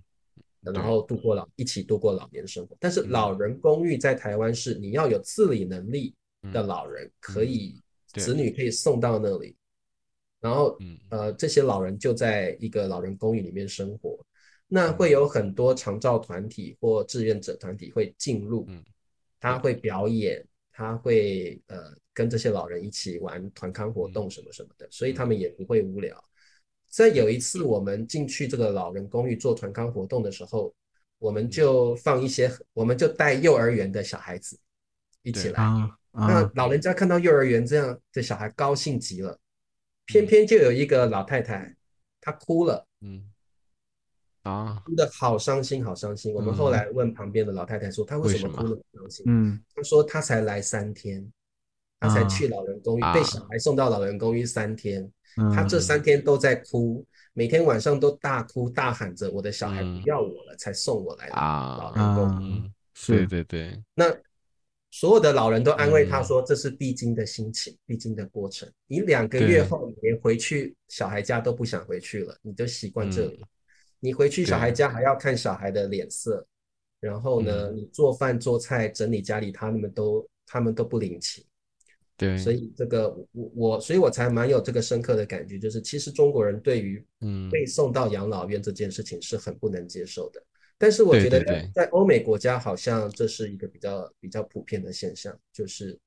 Speaker 3: 然后度过老一起度过老年生活。但是
Speaker 1: 嗯
Speaker 3: 老人公寓在台湾是你要有自理能力的
Speaker 1: 嗯
Speaker 3: 老人，可以
Speaker 1: 对
Speaker 3: 子女可以送到那里，然后
Speaker 1: 嗯
Speaker 3: 呃这些老人就在一个老人公寓里面生活。那
Speaker 1: 嗯
Speaker 3: 会有很多长照团体或志愿者团体会进入，
Speaker 1: 嗯
Speaker 3: 他会表演，他会呃跟这些老人一起玩团康活
Speaker 1: 嗯
Speaker 3: 动什么什么的，所以他们也不会无聊。在有一
Speaker 1: 嗯
Speaker 3: 次我们进去这个老人公寓做团康活动的时候，我
Speaker 1: 嗯
Speaker 3: 们就放一些，我们就带幼儿园的小孩子一起
Speaker 1: 对
Speaker 3: 来。
Speaker 2: 啊
Speaker 3: 那
Speaker 2: 啊，
Speaker 3: 老人家看到幼儿园这样的小孩高兴极了，偏偏就有一个老太太，她哭了。
Speaker 1: 嗯啊，
Speaker 3: 哭的好伤心，好伤心。我们后来问旁边的老太太说，她为什么哭的伤心？
Speaker 2: 嗯，
Speaker 3: 她说她才来三天，她才去老人公寓，
Speaker 1: 啊
Speaker 3: 被小孩送到老人公寓三天，
Speaker 2: 嗯
Speaker 3: 她这三天都在哭，每天晚上都大哭大喊着，我的小孩
Speaker 1: 嗯
Speaker 3: 不要我了，才送我来老
Speaker 1: 啊，
Speaker 3: 人公寓。
Speaker 2: 嗯
Speaker 1: 嗯，对
Speaker 2: 是
Speaker 1: 对对，
Speaker 3: 那所有的老人都安慰他
Speaker 1: 嗯
Speaker 3: 说，这是必经的心情，必经的过程。你两个月后，你连回去小孩家都不想回去了，你就习惯
Speaker 1: 嗯
Speaker 3: 这里。你回去小孩家还要看小孩的脸色，然后呢，
Speaker 1: 嗯
Speaker 3: 你做饭做菜整理家里，他们都他们都不领情。
Speaker 1: 对，
Speaker 3: 所以这个我我，所以我才蛮有这个深刻的感觉，就是其实中国人对于
Speaker 1: 嗯，
Speaker 3: 被送到养老院这件事情是很不能接受的。但是我觉得
Speaker 1: 对对对
Speaker 3: 在欧美国家，好像这是一个比较比较普遍的现象，就是
Speaker 1: 嗯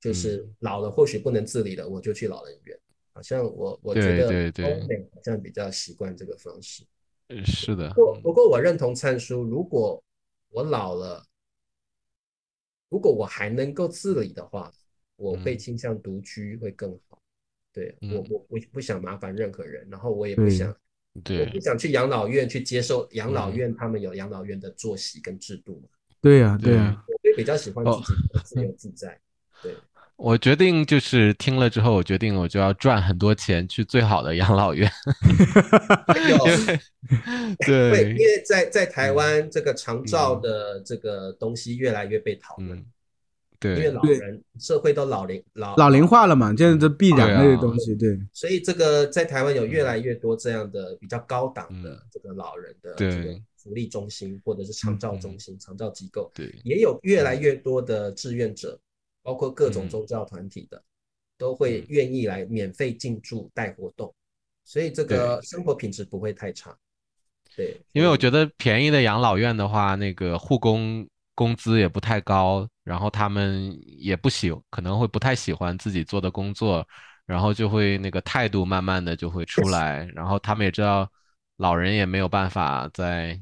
Speaker 3: 就是老了或许不能自理了，我就去老人院。好像我我觉得
Speaker 1: 对对对
Speaker 3: 欧美好像比较习惯这个方式。
Speaker 1: 呃是的
Speaker 3: 不，过不过我认同灿叔，如果我老了，如果我还能够自理的话，我会
Speaker 1: 嗯
Speaker 3: 倾向独居会更好。对
Speaker 1: 嗯
Speaker 3: 我我不不想麻烦任何人，然后我也不
Speaker 2: 对
Speaker 3: 想我不
Speaker 1: 对
Speaker 3: 想去养老院去接受养老
Speaker 1: 嗯
Speaker 3: 院，他们有养老院的作息跟制度嘛，
Speaker 2: 对呀、对呀、
Speaker 3: 我会比较喜欢
Speaker 1: 哦
Speaker 3: 自己的自由自在。 对，
Speaker 1: 我决定就是听了之后，我决定我就要赚很多钱去最好的养老院，
Speaker 3: 哎呦
Speaker 1: 因为
Speaker 3: 对，因
Speaker 1: 对，
Speaker 3: 为在在
Speaker 1: 嗯
Speaker 3: 台湾这个长照的这个东西越来越被讨论，
Speaker 1: 嗯，
Speaker 3: 因
Speaker 1: 对，
Speaker 3: 为老人社会都老龄老
Speaker 2: 老龄，化了嘛，这这必然
Speaker 1: 对
Speaker 2: 的
Speaker 1: 啊
Speaker 2: 东西，对
Speaker 3: 所以这个在台湾有越来越多这样的比较高档的
Speaker 1: 嗯
Speaker 3: 这个老人的
Speaker 1: 对嗯
Speaker 3: 这个福利中心或者是长照中心、长照机构，
Speaker 1: 对，
Speaker 3: 也有越来越多的志愿者，包括各种
Speaker 1: 嗯
Speaker 3: 宗教团体的，都会
Speaker 1: 嗯
Speaker 3: 愿意来免费进驻带活动，所以这个生活品质不会太差。对，
Speaker 1: 因为我
Speaker 3: 得
Speaker 1: 觉得便宜的养老院的话，那个护工工资也不太高，然后他们也不喜，可能会不太喜欢自己做的工作，然后就会那个态度慢慢的就会出来，然后他们也知道老人也没有办法再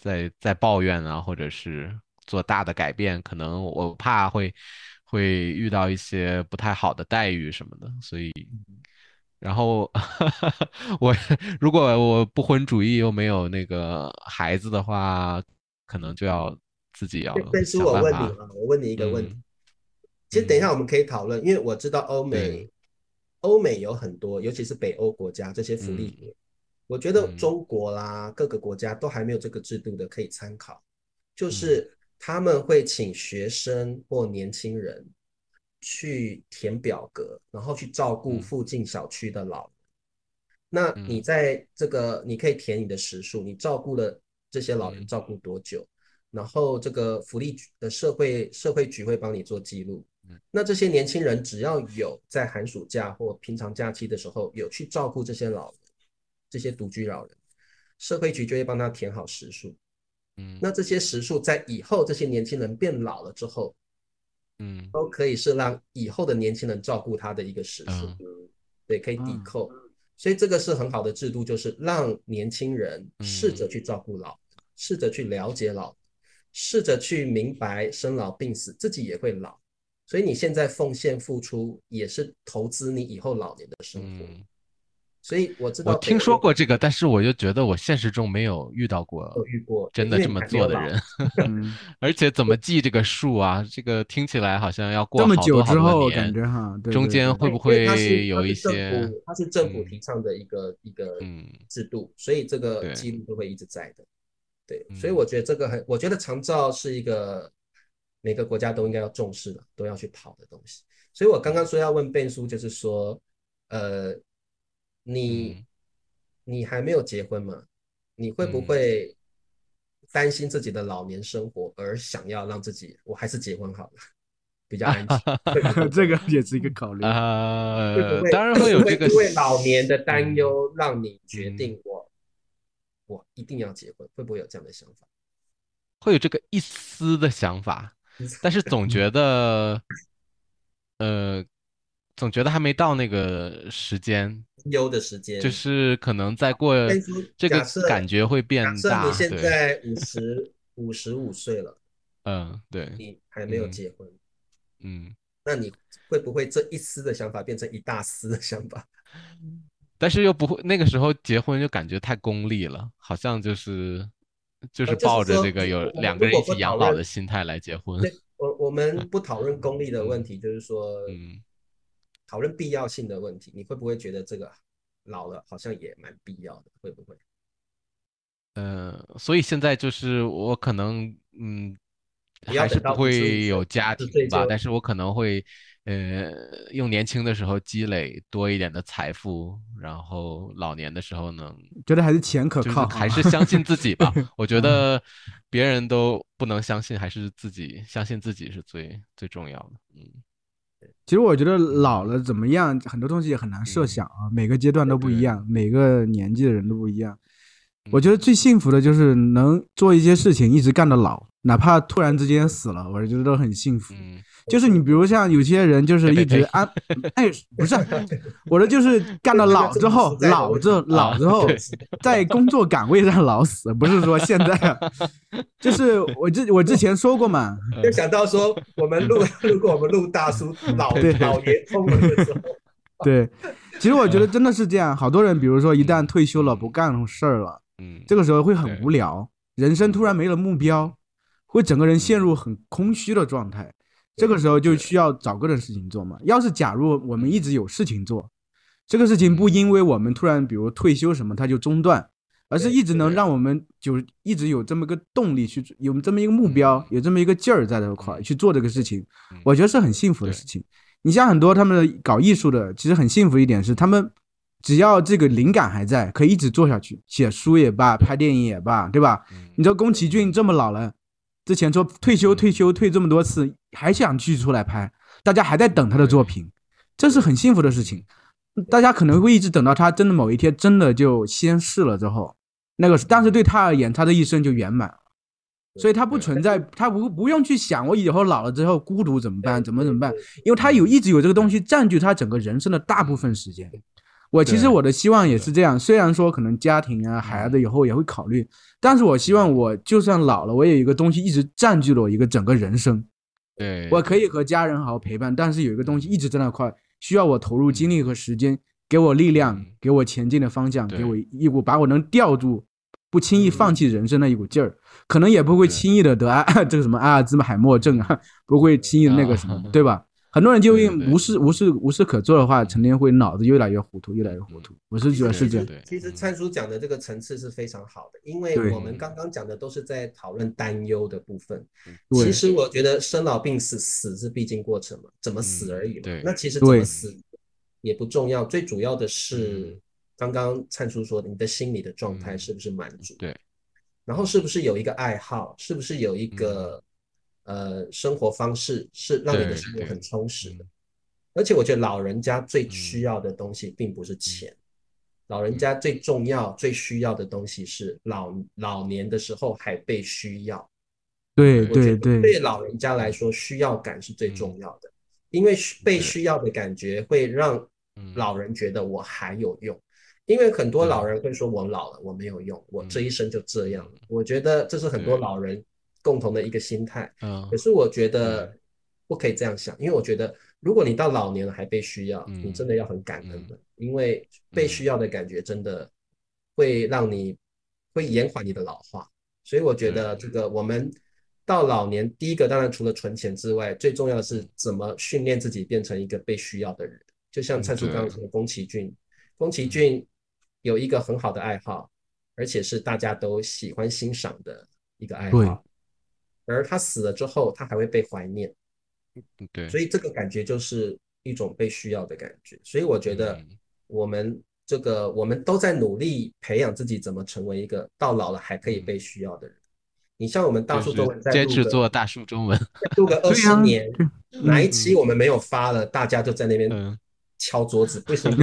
Speaker 1: 再再抱怨啊，或者是做大的改变，可能我怕会会遇到一些不太好的待遇什么的，所以。然后我如果我不婚主义又没有那个孩子的话，可能就要自己要
Speaker 3: 但是
Speaker 1: 想
Speaker 3: 我
Speaker 1: 办
Speaker 3: 问你
Speaker 1: 法。
Speaker 3: 啊，我问你一个问题，
Speaker 1: 嗯
Speaker 3: 其实等一下我们可以讨论，因为我知道欧美
Speaker 1: 对，
Speaker 3: 欧美有很多，尤其是北欧国家这些福利
Speaker 1: 嗯
Speaker 3: 国，我觉得
Speaker 1: 嗯
Speaker 3: 中国啦各个国家都还没有这个制度的可以参考，
Speaker 1: 嗯
Speaker 3: 就是他们会请学生或年轻人去填表格，然后去照顾
Speaker 1: 嗯
Speaker 3: 附近小区的老人。那
Speaker 1: 嗯
Speaker 3: 你在这个，你可以填你的时数，你照顾了这些老人
Speaker 1: 嗯
Speaker 3: 照顾多久？然后这个福利局的社会社会局会帮你做记录
Speaker 1: 嗯。
Speaker 3: 那这些年轻人只要有在寒暑假或平常假期的时候有去照顾这些老人，这些独居老人，社会局就会帮他填好时数。
Speaker 1: 嗯
Speaker 3: 那这些时数在以后这些年轻人变老了之后，
Speaker 1: 嗯
Speaker 3: 都可以是让以后的年轻人照顾他的一个时数，
Speaker 1: 嗯
Speaker 3: 对，可以抵扣。所以这个是很好的制度，就是让年轻人试
Speaker 1: 嗯
Speaker 3: 着去照顾老人，试着去了解老人，试着去明白生老病死，自己也会老。所以你现在奉献付出，也是投资你以后老年的生活。
Speaker 1: 嗯，
Speaker 3: 所以我知道
Speaker 1: 我
Speaker 3: 北
Speaker 1: 听
Speaker 3: 欧
Speaker 1: 说过这个，但是我就觉得我现实中没有遇到过
Speaker 3: 有遇过，
Speaker 1: 真
Speaker 3: 对
Speaker 1: 的
Speaker 3: 因
Speaker 1: 这么
Speaker 3: 为你还没
Speaker 1: 做
Speaker 3: 有
Speaker 1: 的
Speaker 3: 老
Speaker 1: 人，
Speaker 2: 嗯，
Speaker 1: 而且怎么记这个数啊？这个听起来好像要过
Speaker 2: 这么
Speaker 1: 好
Speaker 2: 久
Speaker 1: 多好
Speaker 2: 之
Speaker 1: 多
Speaker 2: 后
Speaker 1: 年，
Speaker 2: 感觉哈，对
Speaker 1: 中
Speaker 2: 对
Speaker 1: 间
Speaker 2: 对
Speaker 1: 会不
Speaker 3: 因为它是
Speaker 1: 会有
Speaker 3: 它是
Speaker 1: 一
Speaker 3: 政
Speaker 1: 些
Speaker 3: 府它是政府
Speaker 1: 嗯
Speaker 3: 提倡的一个一个
Speaker 1: 嗯
Speaker 3: 制度，所以这个
Speaker 1: 对
Speaker 3: 记录都会一直在的。对，
Speaker 1: 嗯
Speaker 3: 所以我觉得这个很，我觉得长照是一个每个国家都应该要重视的，都要去跑的东西。所以我刚刚说要问贝叔，就是说，呃，你
Speaker 1: 嗯
Speaker 3: 你还没有结婚嘛？你会不
Speaker 1: 嗯
Speaker 3: 会担心自己的老年生活而想要让自己，我还是结婚好了，比较安全？会不 会
Speaker 2: 这个也是一个考虑。
Speaker 1: 啊
Speaker 3: 会不
Speaker 1: 呃，
Speaker 3: 会
Speaker 1: 当然会有这
Speaker 3: 会
Speaker 1: 个
Speaker 3: 因为老年的担
Speaker 1: 嗯
Speaker 3: 忧让你决
Speaker 1: 嗯
Speaker 3: 定我我一定要结婚？会不会有这样的想法？
Speaker 1: 会有这个一丝的想法， 但是总觉得，呃，总觉得还没到那个时间，
Speaker 3: 忧的时间
Speaker 1: 就是可能再过
Speaker 3: 但是
Speaker 1: 这个
Speaker 3: 假设
Speaker 1: 感觉会变
Speaker 3: 假设
Speaker 1: 大
Speaker 3: 你，现
Speaker 1: 对，
Speaker 3: 在五十 五十五岁了，
Speaker 1: 嗯，对，
Speaker 3: 你还没有
Speaker 1: 嗯
Speaker 3: 结婚，
Speaker 1: 嗯，
Speaker 3: 那你会不会这一丝的想法变成一大丝的想法？
Speaker 1: 但是又不会，那个时候结婚就感觉太功利了，好像就是就是
Speaker 3: 呃就是
Speaker 1: 抱着
Speaker 3: 说
Speaker 1: 这个有
Speaker 3: 我们
Speaker 1: 两个
Speaker 3: 如
Speaker 1: 人
Speaker 3: 果
Speaker 1: 一
Speaker 3: 不
Speaker 1: 起养
Speaker 3: 讨
Speaker 1: 老
Speaker 3: 论
Speaker 1: 的心态来结婚。
Speaker 3: 对， 我我们不讨论功利的问题，就是说
Speaker 1: 嗯，
Speaker 3: 讨论必要性的问题。你会不会觉得这个老了好像也蛮必要的？会不会？
Speaker 1: 呃，所以现在就是我可能嗯，
Speaker 3: 不要
Speaker 1: 还是
Speaker 3: 等
Speaker 1: 不
Speaker 3: 到55
Speaker 1: 会
Speaker 3: 岁
Speaker 1: 有家
Speaker 3: 40
Speaker 1: 庭
Speaker 3: 岁
Speaker 1: 吧，
Speaker 3: 就
Speaker 1: 但是我可能会呃用年轻的时候积累多一点的财富，然后老年的时候能
Speaker 2: 觉得还是钱可
Speaker 1: 就是
Speaker 2: 靠啊嗯哈，
Speaker 1: 还 是相信自己吧。我觉得别人都不能相信，还是自己相信自己是最最重要的。嗯，
Speaker 2: 其实我觉得老了怎么样，很多东西也很难
Speaker 1: 嗯
Speaker 2: 设想啊，每个阶段都不一样，每个年纪的人都不一样。
Speaker 1: 嗯
Speaker 2: 我觉得最幸福的就是能做一些事情一直干到老，哪怕突然之间死了，我觉得都很幸福。
Speaker 1: 嗯，
Speaker 2: 就是你比如像有些人就是一直 安，哎，不是，我的就是干到老之 后，老之后
Speaker 1: 啊
Speaker 2: 老之后，在工作岗位上老死，不是说现在，啊 就是我之我之前说过嘛，
Speaker 1: 呃
Speaker 3: 就想到说，我们 录，如果我们录大叔老
Speaker 2: 嗯对
Speaker 3: 老爷通文的时候，
Speaker 2: 对，其实我觉得真的是这样，好多人比如说一旦退休了
Speaker 1: 嗯
Speaker 2: 不干事儿了，
Speaker 1: 嗯，
Speaker 2: 这个时候会很
Speaker 1: 对
Speaker 2: 无聊，人生突然没了目标，会整个人陷入很空虚的状态。这个时候就需要找各种事情做嘛。要是假如我们一直有事情做，这个事情不因为我们突然比如退休什么它就中断，而是
Speaker 3: 对
Speaker 2: 一直能
Speaker 1: 对
Speaker 2: 让我们就一直有这么个动力去有这么一个目标，有这么一个劲儿在这块儿去做这个事情，我觉得是很幸福的
Speaker 1: 对
Speaker 2: 事情。你像很多他们搞艺术的，其实很幸福一点是，他们只要这个灵感还在，可以一直做下去，写书也罢，拍电影也罢，对吧？
Speaker 1: 嗯
Speaker 2: 你知道宫崎骏这么老了，之前说退休、退休、退这么多次，还想去出来拍，大家还在等他的作品，这是很幸福的事情。大家可能会一直等到他真的某一天真的就仙逝了之后，那个，但是对他而言，他的一生就圆满了。 所以他不
Speaker 1: 对
Speaker 2: 存在，他不不用去想我以后老了之后孤独怎么办，
Speaker 3: 对
Speaker 2: 怎么怎么办
Speaker 3: 对，
Speaker 2: 因为他有一直有这个东西占据他整个人生的大部分时间。我其实
Speaker 1: 对嗯
Speaker 2: 我的希望也是这样，虽然说可能家庭啊、孩子以后也会考虑，但是我希望我就算老了，我也有一个东西一直占据了我一个整个人生。
Speaker 1: 对，
Speaker 2: 我可以和家人好好陪伴，但是有一个东西一直在那块，需要我投入精力和时间，给我力量
Speaker 1: 嗯，
Speaker 2: 给我前进的方向，
Speaker 1: 对
Speaker 2: 给我一股把我能吊住，不轻易放弃人生的一股劲儿。可能也不会
Speaker 1: 嗯对
Speaker 2: 轻易的得 啊这个什么阿尔兹海默症啊， 不会轻易地那个什么，
Speaker 1: 啊
Speaker 2: 对吧？很多人就因
Speaker 1: 对对
Speaker 2: 为
Speaker 1: 对
Speaker 2: 无事无事无事可做的话，成天会脑子越来越糊涂，越来越糊涂。我是觉得是这样，
Speaker 1: 对
Speaker 3: 其实
Speaker 1: 嗯
Speaker 3: 灿叔讲的这个层次是非常好的，因
Speaker 2: 对
Speaker 3: 为我们刚刚讲的都是在讨论担忧的部分。
Speaker 2: 对
Speaker 3: 其实我觉得生老病死，死是必经过程嘛，怎么死而已
Speaker 1: 嗯
Speaker 3: 嘛。
Speaker 1: 对
Speaker 3: 那其实怎
Speaker 2: 对
Speaker 3: 么死也不重要，最主要的是
Speaker 1: 嗯
Speaker 3: 刚刚灿叔说的，你的心理的状态
Speaker 1: 嗯
Speaker 3: 是不是满足？
Speaker 1: 对，嗯
Speaker 3: 然后是不是有一个爱好，是不是有一个呃生活方式，是让你
Speaker 1: 对
Speaker 3: 的生活
Speaker 1: 对
Speaker 3: 很充实的
Speaker 1: 嗯？
Speaker 3: 而且我觉得老人家最需要的东西并不
Speaker 1: 嗯
Speaker 3: 是钱，老人家最重要、最需要的东西是老老年的时候还被需要。
Speaker 2: 对
Speaker 3: 我觉
Speaker 2: 对
Speaker 3: 得
Speaker 2: 对
Speaker 3: 对老人家来说，需要感是
Speaker 1: 嗯
Speaker 3: 最重要的，因为需被
Speaker 1: 对
Speaker 3: 需要的感觉会让
Speaker 1: 嗯
Speaker 3: 老人觉得我还有用。因为很多
Speaker 1: 对
Speaker 3: 老人会说：“我老了，我没有用，我这
Speaker 1: 嗯
Speaker 3: 一生就这样了。”我觉得这是很多
Speaker 1: 对
Speaker 3: 老人共同的一个心态。
Speaker 1: 嗯
Speaker 3: 可是我觉得不可以这样想，因为我觉得如果你到老年了还被需要，
Speaker 1: 嗯
Speaker 3: 你真的要很感恩
Speaker 1: 嗯
Speaker 3: 的，因为被需要的感觉真的会让你会延缓你的老化。所以我觉得这个我们到老年，第一个当然除了存钱之外，最重要的是怎么训练自己变成一个被需要的人。就像蔡叔刚刚说的宫崎骏，宫
Speaker 1: 嗯
Speaker 3: 崎骏有一个很好的爱好，而且是大家都喜欢欣赏的一个爱
Speaker 2: 对
Speaker 3: 好。而他死了之后，他还会被怀念，
Speaker 1: 对，
Speaker 3: 所以这个感觉就是一种被需要的感觉。所以我觉得
Speaker 1: 嗯
Speaker 3: 我们这个我们都在努力培养自己怎么成为一个到老了还可以被需要的人。你像我们大
Speaker 1: 就
Speaker 3: 树
Speaker 1: 是
Speaker 3: 中文在
Speaker 1: 坚
Speaker 3: 录
Speaker 1: 持
Speaker 3: 个
Speaker 1: 做大树中文，
Speaker 3: 录个二
Speaker 2: 对
Speaker 3: 十
Speaker 2: 啊
Speaker 3: 年，哪一
Speaker 1: 嗯
Speaker 3: 期我们没有发了，大家就在那边
Speaker 1: 嗯
Speaker 3: 敲桌子，为什么不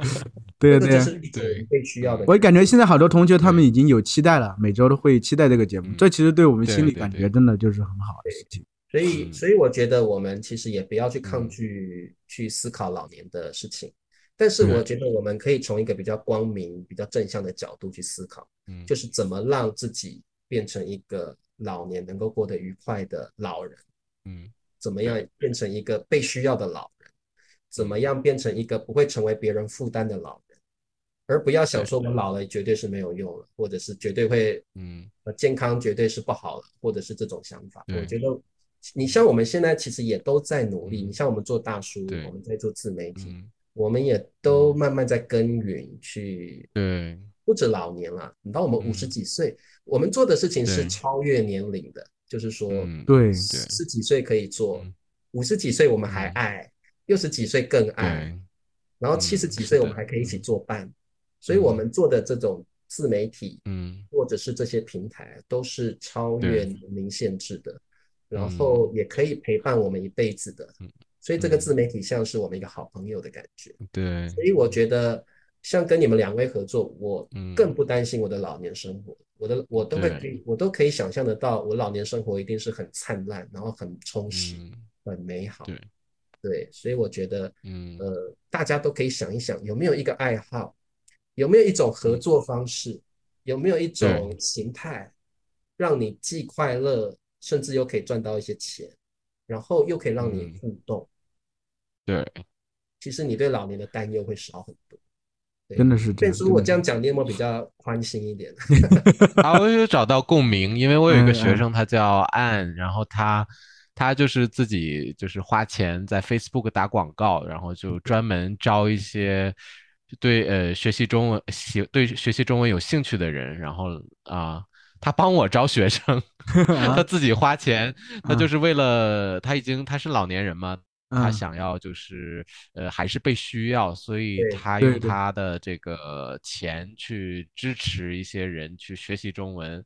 Speaker 3: 发？
Speaker 2: 对
Speaker 3: 这
Speaker 2: 对
Speaker 3: 就。是一种
Speaker 1: 对
Speaker 3: 被需要的
Speaker 2: 我感觉现在好多同学他们
Speaker 1: 对
Speaker 2: 已经有期待了，每周都会期待这个节目
Speaker 1: 嗯，
Speaker 2: 这其实对我们心理
Speaker 1: 对对
Speaker 2: 感
Speaker 1: 对
Speaker 2: 觉真的就是很好的事情。
Speaker 3: 所以，
Speaker 1: 嗯
Speaker 3: 所以我觉得我们其实也不要去抗
Speaker 1: 嗯
Speaker 3: 拒去思考老年的事情，但是我
Speaker 1: 对
Speaker 3: 觉得我们可以从一个比较光明、比较正向的角度去思考，
Speaker 1: 嗯
Speaker 3: 就是怎么让自己变成一个老年能够过得愉快的老人，
Speaker 1: 嗯
Speaker 3: 怎么样变成一个被需要的老人，怎么样变成一个不会成为别人负担的老人，而不要想说我老了绝对是没有用了，或者是绝对会
Speaker 1: 嗯
Speaker 3: 呃健康绝对是不好了，或者是这种想法。
Speaker 1: 对
Speaker 3: 我觉得你像我们现在其实也都在努力，
Speaker 1: 嗯
Speaker 3: 你像我们做大叔
Speaker 1: 对，
Speaker 3: 我们在做自媒体，
Speaker 1: 嗯，
Speaker 3: 我们也都慢慢在耕耘去。
Speaker 1: 对，
Speaker 3: 不止老年了，等到我们
Speaker 1: 嗯
Speaker 3: 五十几岁，我们做的事情是
Speaker 1: 对
Speaker 3: 超越年龄的，就是说，
Speaker 1: 嗯，
Speaker 2: 对
Speaker 3: 十几岁可以做
Speaker 1: 嗯，
Speaker 3: 五十几岁我们还
Speaker 1: 嗯
Speaker 3: 爱，六十几岁更爱，
Speaker 2: 哎
Speaker 1: 对，
Speaker 3: 然后
Speaker 1: 嗯
Speaker 3: 七十几
Speaker 1: 是
Speaker 3: 岁我
Speaker 1: 的嗯
Speaker 3: 们还可以一起作伴。所以我们做的这种自媒体
Speaker 1: 嗯
Speaker 3: 或者是这些平台，都是超
Speaker 1: 对
Speaker 3: 越年龄限制的，然后也可以陪伴我们一辈子的
Speaker 1: 嗯。
Speaker 3: 所以这个
Speaker 1: 嗯
Speaker 3: 自媒体像是我们一个好朋友的感觉。
Speaker 1: 对，
Speaker 3: 所以我觉得，像跟你们两位合作，我
Speaker 1: 嗯
Speaker 3: 更不担心我的老年生活，我的我都会
Speaker 1: 对
Speaker 3: 可以，我都可以想象得到，我老年生活一定是很灿烂，然后很充实，
Speaker 1: 嗯
Speaker 3: 很美好。
Speaker 1: 对
Speaker 3: 对，所以我觉得，
Speaker 1: 嗯
Speaker 3: 呃，大家都可以想一想，有没有一个爱好，有没有一种合作方式，有没有一种形态，让你既快乐，甚至又可以赚到一些钱，然后又可以让你
Speaker 1: 嗯
Speaker 3: 互动。
Speaker 1: 对，
Speaker 3: 其实你对老年的担忧会少很多。对
Speaker 2: 真的是这
Speaker 3: 所
Speaker 2: 样。
Speaker 3: 以说我这
Speaker 2: 真
Speaker 3: 样
Speaker 2: 的
Speaker 3: 讲，你有没有比较宽心 一点？
Speaker 1: 啊，我有找到共鸣，因为我有一个学
Speaker 2: 嗯嗯
Speaker 1: 生，他叫岸，然后他他就是自己就是花钱在 Facebook 打广告，然后就专门招一些对呃学习中文喜对学习中文有兴趣的人，然后啊、他帮我招学 生， 他自己花钱，他就
Speaker 2: 啊
Speaker 1: 是为了他已经他是老年人嘛，
Speaker 2: 是
Speaker 1: 他
Speaker 2: 嗯
Speaker 1: 想要就是呃还是被需要，所以
Speaker 3: 对
Speaker 1: 他
Speaker 2: 对
Speaker 1: 用
Speaker 2: 对
Speaker 1: 他的这个钱去支持一些人去学习中文，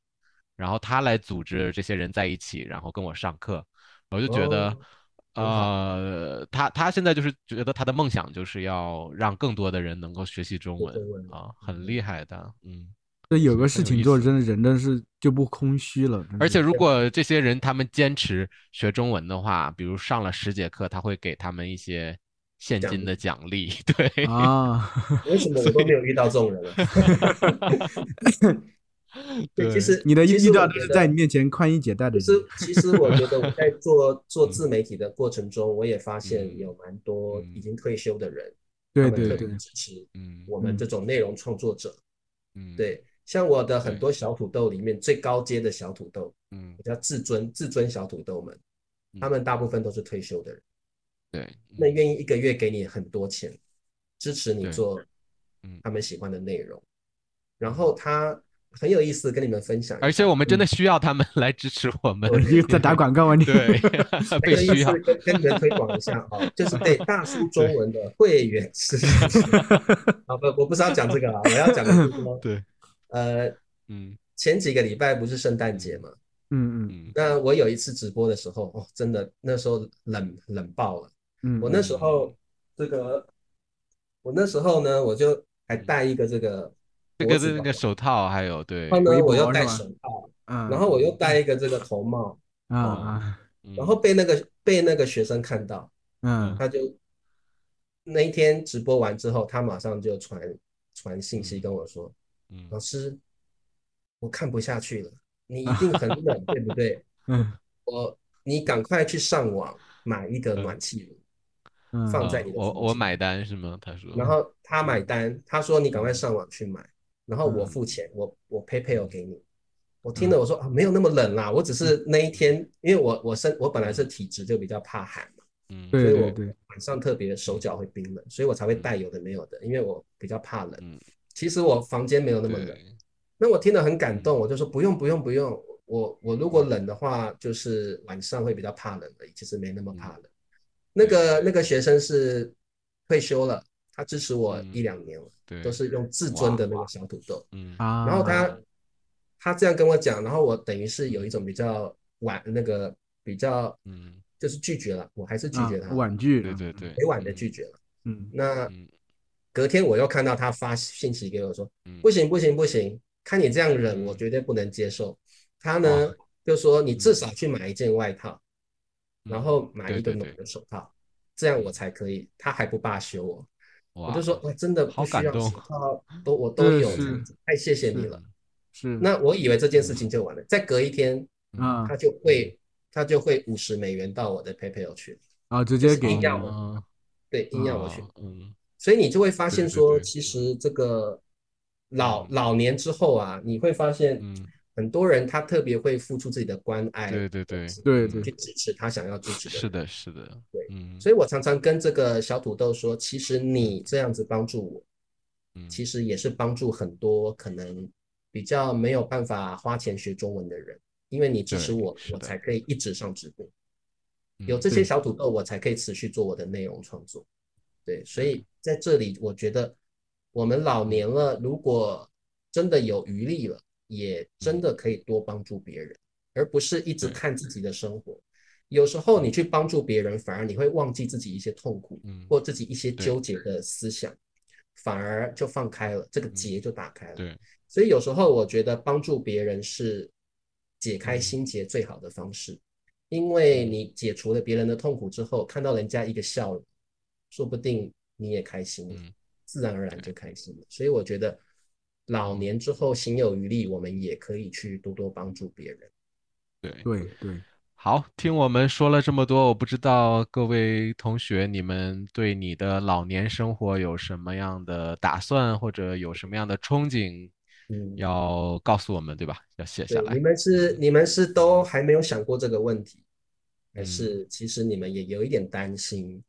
Speaker 1: 然后他来组织这些人在一起，然后跟我上课，我就觉得。
Speaker 3: 哦很好
Speaker 1: 呃，他他现在就是觉得他的梦想就是要让更多的人能够学习中
Speaker 3: 学
Speaker 1: 文
Speaker 3: 中文
Speaker 1: 啊，很厉害的，嗯。
Speaker 2: 这有个
Speaker 1: 很
Speaker 2: 事
Speaker 1: 有
Speaker 2: 情
Speaker 1: 意
Speaker 2: 做，
Speaker 1: 思
Speaker 2: 真的人真是就不空虚了。真
Speaker 1: 而
Speaker 2: 是
Speaker 1: 且如
Speaker 3: 嗯对
Speaker 1: 果这些人他们坚持学中文的话，比如上了十节课，他会给他们一些现
Speaker 3: 奖
Speaker 1: 金
Speaker 3: 励
Speaker 1: 的奖励。 对，
Speaker 2: 啊，
Speaker 3: 为什么我都没有遇到这 种人啊？对，其实
Speaker 2: 你的
Speaker 3: 其
Speaker 2: 遇
Speaker 3: 实
Speaker 2: 到
Speaker 3: 我
Speaker 2: 都
Speaker 3: 觉
Speaker 2: 是
Speaker 3: 得
Speaker 2: 在你面前宽衣解带的
Speaker 3: 其
Speaker 2: 人。
Speaker 3: 实，其实我觉得我在做做自媒体的过程中，我也发现
Speaker 1: 嗯
Speaker 3: 有蛮多
Speaker 1: 嗯
Speaker 3: 已经退休的人，
Speaker 2: 对
Speaker 3: 他们特
Speaker 2: 对
Speaker 3: 别
Speaker 2: 对，
Speaker 3: 支持
Speaker 1: 嗯
Speaker 3: 我们
Speaker 2: 嗯
Speaker 3: 这种内容创作者。
Speaker 1: 嗯，
Speaker 3: 对，像我的很
Speaker 1: 对
Speaker 3: 多小土豆里面最高阶的小土豆，
Speaker 1: 嗯
Speaker 3: 我叫至尊至尊小土豆们，他
Speaker 1: 嗯
Speaker 3: 们大部分都是退休的人，
Speaker 1: 对，嗯
Speaker 3: 那愿意一个月给你很多钱，支持你
Speaker 1: 对
Speaker 3: 做
Speaker 1: 嗯
Speaker 3: 他们喜欢的内容。然后他很有意思，跟你们分享一下。
Speaker 1: 而且我们真的需要他们来支持我们。
Speaker 3: 对
Speaker 2: 你又在打广告啊你？
Speaker 1: 对，
Speaker 3: 这
Speaker 1: 被
Speaker 3: 个意
Speaker 1: 需要
Speaker 3: 思。跟跟你们推广一下哦，就是对大叔中文的会员是 是是啊不，我不是要讲这个啊，我要讲的是说，
Speaker 1: 对，
Speaker 3: 呃，
Speaker 1: 嗯
Speaker 3: 前几个礼拜不是圣诞节嘛，
Speaker 2: 嗯嗯
Speaker 1: 嗯
Speaker 3: 那我有一次直播的时候，哦，真的那时候冷冷爆了。
Speaker 2: 嗯，
Speaker 3: 我那时候这个，我那时候呢，我就还戴一个这个
Speaker 1: 嗯这
Speaker 3: 脖
Speaker 1: 个
Speaker 3: 子
Speaker 1: 是那个
Speaker 3: 环，
Speaker 1: 手套，还有对
Speaker 3: 然，后
Speaker 2: 围
Speaker 3: 呢，
Speaker 2: 脖
Speaker 3: 我又戴
Speaker 2: 是吧
Speaker 3: 手套，
Speaker 2: 嗯，
Speaker 3: 然后我又戴一个这个头帽，
Speaker 2: 啊
Speaker 1: 哦
Speaker 2: 啊
Speaker 3: 然后被那个被那个学生看到，
Speaker 2: 嗯
Speaker 3: 他就那一天直播完之后，他马上就传传信息跟我说：“
Speaker 1: 嗯
Speaker 3: 老师，我看不下去了，你一定很 冷，对不对？
Speaker 2: 嗯
Speaker 3: 我你赶快去上网买一个暖气炉，
Speaker 2: 嗯，
Speaker 1: 嗯
Speaker 3: 放
Speaker 1: 啊
Speaker 3: 在你的
Speaker 1: 我
Speaker 3: 房
Speaker 1: 我
Speaker 3: 间
Speaker 1: 买单是吗？他说，
Speaker 3: 然后他买单，他说你赶快上网去买，然后我
Speaker 2: 嗯
Speaker 3: 付钱，我我 PayPal 给你。我听了我说啊，没有那么冷啦，我只
Speaker 2: 嗯
Speaker 3: 是那一天，因为我我身我本来是体质就比较怕寒嘛，
Speaker 1: 嗯
Speaker 2: 对
Speaker 3: 所以
Speaker 2: 对
Speaker 3: 我
Speaker 2: 对，
Speaker 3: 晚上特别手脚会冰冷，所以我才会带有的没有的，因为我比较怕冷。
Speaker 1: 嗯
Speaker 3: 其实我房间没有那么冷，
Speaker 1: 对，嗯
Speaker 3: 那我听了很感动，我就说不用不用不用，我我如果冷的话，就是晚上会比较怕冷而已，其实没那么怕
Speaker 1: 嗯
Speaker 3: 冷。那个那个学生是退休了，他支持我一两年了，
Speaker 1: 嗯对
Speaker 3: 都是用至尊的那个小土豆。
Speaker 1: 嗯
Speaker 2: 啊，
Speaker 3: 然后他他这样跟我讲，然后我等于是有一种比较晚那个比较
Speaker 1: 嗯
Speaker 3: 就是拒绝了，我还是拒
Speaker 2: 啊
Speaker 3: 绝他，
Speaker 2: 婉拒，
Speaker 1: 对对对，
Speaker 3: 委婉的
Speaker 1: 嗯
Speaker 3: 拒绝了。
Speaker 2: 嗯，
Speaker 3: 那
Speaker 1: 嗯
Speaker 3: 隔天我又看到他发信息给我说，
Speaker 1: 嗯
Speaker 3: 不行不行不行，看你这样忍，
Speaker 1: 嗯
Speaker 3: 我绝对不能接受。他呢就说你至少去买一件外套，然后买
Speaker 1: 对
Speaker 3: 一个
Speaker 1: 对
Speaker 3: 暖
Speaker 1: 对
Speaker 3: 的手套，这样我才可以。他还不罢休我，
Speaker 1: 哇，
Speaker 3: 我就说哎，真的
Speaker 1: 好
Speaker 3: 不需
Speaker 1: 感
Speaker 3: 要
Speaker 1: 动
Speaker 3: 手套，都我都有
Speaker 2: 是
Speaker 3: 这样子，太谢谢你了。
Speaker 2: 是
Speaker 3: 那我以为这件事情就完了，再隔一天
Speaker 2: 啊
Speaker 3: 他就
Speaker 1: 嗯
Speaker 3: 会他就会五十美元到我的 PayPal 去，
Speaker 2: 啊，直接
Speaker 3: 是
Speaker 2: 给
Speaker 3: 硬
Speaker 2: 你
Speaker 3: 要
Speaker 1: 嗯
Speaker 3: 对，硬要我
Speaker 1: 啊
Speaker 3: 去。
Speaker 1: 嗯
Speaker 3: 所以你就会发
Speaker 1: 对
Speaker 3: 现
Speaker 1: 对
Speaker 3: 说，
Speaker 1: 对
Speaker 3: 其实这个老老年之后啊，你会发现
Speaker 1: 嗯，
Speaker 3: 很多人他特别会付出自己的关爱，
Speaker 1: 对对对
Speaker 2: 对对
Speaker 3: 哎去支持他想要支持的人。
Speaker 1: 是的，是的，
Speaker 3: 对
Speaker 1: 嗯，
Speaker 3: 所以我常常跟这个小土豆说，其实你这样子帮助我，
Speaker 1: 嗯
Speaker 3: 其实也是帮助很多可能比较没有办法花钱学中文的人，因为你支持
Speaker 1: 对
Speaker 3: 我
Speaker 1: 是，的
Speaker 3: 我才可以一直上直播。
Speaker 1: 嗯
Speaker 3: 有这些
Speaker 2: 对
Speaker 3: 小土豆，我才可以持续做我的内容创作。对，所以在这里，我觉得我们老年了，如果真的有余力了，也真的可以多帮助别人，而不是一直
Speaker 1: 对
Speaker 3: 看自己的生活。有时候你去帮助别人，反而你会忘记自己一些痛苦
Speaker 1: 嗯，
Speaker 3: 或自己一些
Speaker 1: 对嗯
Speaker 3: 纠结的思想，反而就放开了，这个结就打开了。
Speaker 1: 对，
Speaker 3: 所以有时候我觉得帮助别人是解开
Speaker 1: 嗯
Speaker 3: 心结最好的方式，因为你解除了别人的痛苦之后，看到人家一个笑容，说不定你也开心了
Speaker 1: 嗯，
Speaker 3: 自然而然就开心了。所以我觉得
Speaker 1: 嗯
Speaker 3: 老年之后行有余力，我们也可以去多多帮助别人。
Speaker 1: 对。
Speaker 2: 对对，
Speaker 1: 好，听我们说了这么多，我不知道各位同学，你们对你的老年生活有什么样的打算，或者有什么样的憧憬，
Speaker 3: 嗯，
Speaker 1: 要告诉我们，对吧？要写下
Speaker 3: 对，
Speaker 1: 来
Speaker 3: 你。们是你们是都还没有想过这个问题，还
Speaker 1: 嗯
Speaker 3: 是其实你们也有一点担心？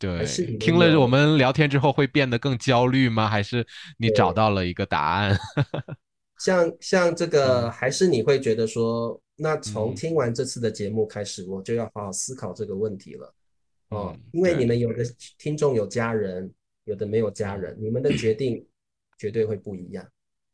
Speaker 1: 对
Speaker 3: 还是你，们
Speaker 1: 听了
Speaker 3: 有
Speaker 1: 我们聊天之后会变得更焦虑吗？还是你找到了一个答案？
Speaker 3: 像像这个，还是你会觉得说，那从
Speaker 1: 嗯
Speaker 3: 听完这次的节目开始，我就要好好思考这个问题了。哦
Speaker 1: 嗯，
Speaker 3: 因为
Speaker 1: 对
Speaker 3: 你们有的听众有家人，有的没有家人，
Speaker 1: 嗯
Speaker 3: 你们的决定绝对会不一样。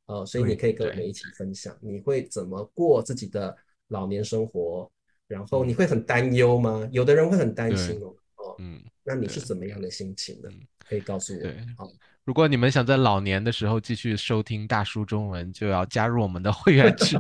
Speaker 3: 哦，所以你
Speaker 2: 对
Speaker 3: 可以跟我
Speaker 1: 对
Speaker 3: 们一起分享，你会怎么过自己的老年生活？然后你会很担忧吗？有的人会很担心哦。哦，
Speaker 1: 嗯，
Speaker 3: 那你是
Speaker 1: 对
Speaker 3: 怎么样的心情呢
Speaker 1: 嗯？
Speaker 3: 可以告诉我。
Speaker 1: 对
Speaker 3: 好，
Speaker 1: 如果你们想在老年的时候继续收听大叔中文，就要加入我们的会员 制，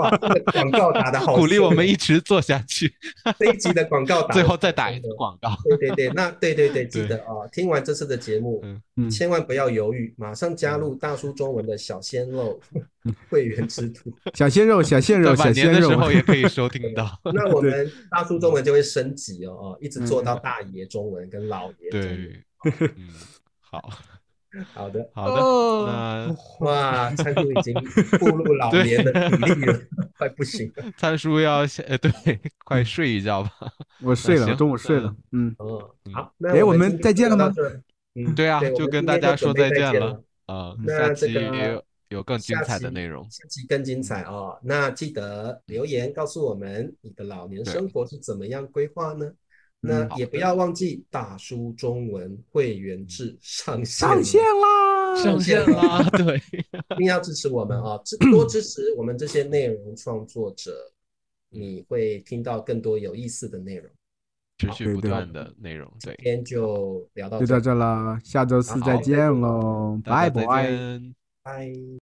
Speaker 3: 哇，这个广告打得好
Speaker 1: 鼓励我们
Speaker 3: 顺
Speaker 1: 一直做下去，
Speaker 3: 这一集的广告打得
Speaker 1: 最后再打
Speaker 3: 顺
Speaker 1: 一
Speaker 3: 真的
Speaker 1: 次广告。
Speaker 3: 对对对，那对对对，
Speaker 1: 对
Speaker 3: 记得哦，听完这次的节目，
Speaker 1: 嗯
Speaker 2: 嗯
Speaker 3: 千万不要犹豫，马上加入大叔中文的小鲜肉
Speaker 1: 嗯
Speaker 3: 会员制 度。
Speaker 2: 小鲜肉，小鲜
Speaker 1: 在
Speaker 2: 肉，小
Speaker 1: 晚年
Speaker 2: 鲜
Speaker 1: 的
Speaker 2: 肉
Speaker 1: 时，候也可以收听到。
Speaker 3: 那我们大叔中文就会升级哦，哦，一直做到大爷中文跟老爷中文。
Speaker 1: 嗯对，嗯，好
Speaker 3: 好的，
Speaker 1: 好的，
Speaker 2: 哦
Speaker 1: 那
Speaker 3: 哇，灿叔已经步入老年的比 例了，快不行了。
Speaker 1: 灿叔要先，呃，对，快睡一觉吧。
Speaker 2: 我睡了，
Speaker 1: 行
Speaker 2: 中午睡了，嗯，
Speaker 3: 哦
Speaker 1: 嗯，
Speaker 3: 好，那
Speaker 2: 哎
Speaker 3: 我
Speaker 2: 我们
Speaker 3: 今天
Speaker 2: 再见
Speaker 3: 就
Speaker 2: 了
Speaker 3: 到
Speaker 2: 吗
Speaker 3: 这儿？嗯，
Speaker 1: 对啊，
Speaker 3: 我
Speaker 1: 就
Speaker 3: 们
Speaker 1: 跟
Speaker 3: 今
Speaker 1: 大
Speaker 3: 天就
Speaker 1: 家说
Speaker 3: 准备再
Speaker 1: 见
Speaker 3: 见
Speaker 1: 了。啊、
Speaker 3: 那这
Speaker 1: 期
Speaker 3: 个
Speaker 1: 有更精
Speaker 3: 下
Speaker 1: 彩的
Speaker 3: 期
Speaker 1: 内容。嗯
Speaker 3: 下期更精彩哦。那记得留言告诉我们你的老年
Speaker 1: 对
Speaker 3: 生活是怎么样规划呢？
Speaker 2: 嗯
Speaker 3: 那也不要忘记大叔中文会员制上线了，
Speaker 2: 上线啦，
Speaker 1: 上 线
Speaker 3: 见
Speaker 1: 啦，啊对，
Speaker 3: 一定要支持我
Speaker 1: 嗯
Speaker 3: 们哦，支多支持我们这些内容创作者，你会听到更多有意思的内容。
Speaker 1: 持续
Speaker 2: 对
Speaker 1: 不
Speaker 2: 对
Speaker 1: 断的内容，对
Speaker 3: 今，天就聊到
Speaker 2: 就
Speaker 3: 这
Speaker 2: 到
Speaker 3: 儿，
Speaker 2: 这了，下周四再
Speaker 1: 好
Speaker 2: 见喽，
Speaker 1: 大
Speaker 2: 拜
Speaker 1: 家再
Speaker 2: 拜。
Speaker 1: 见。
Speaker 3: 拜。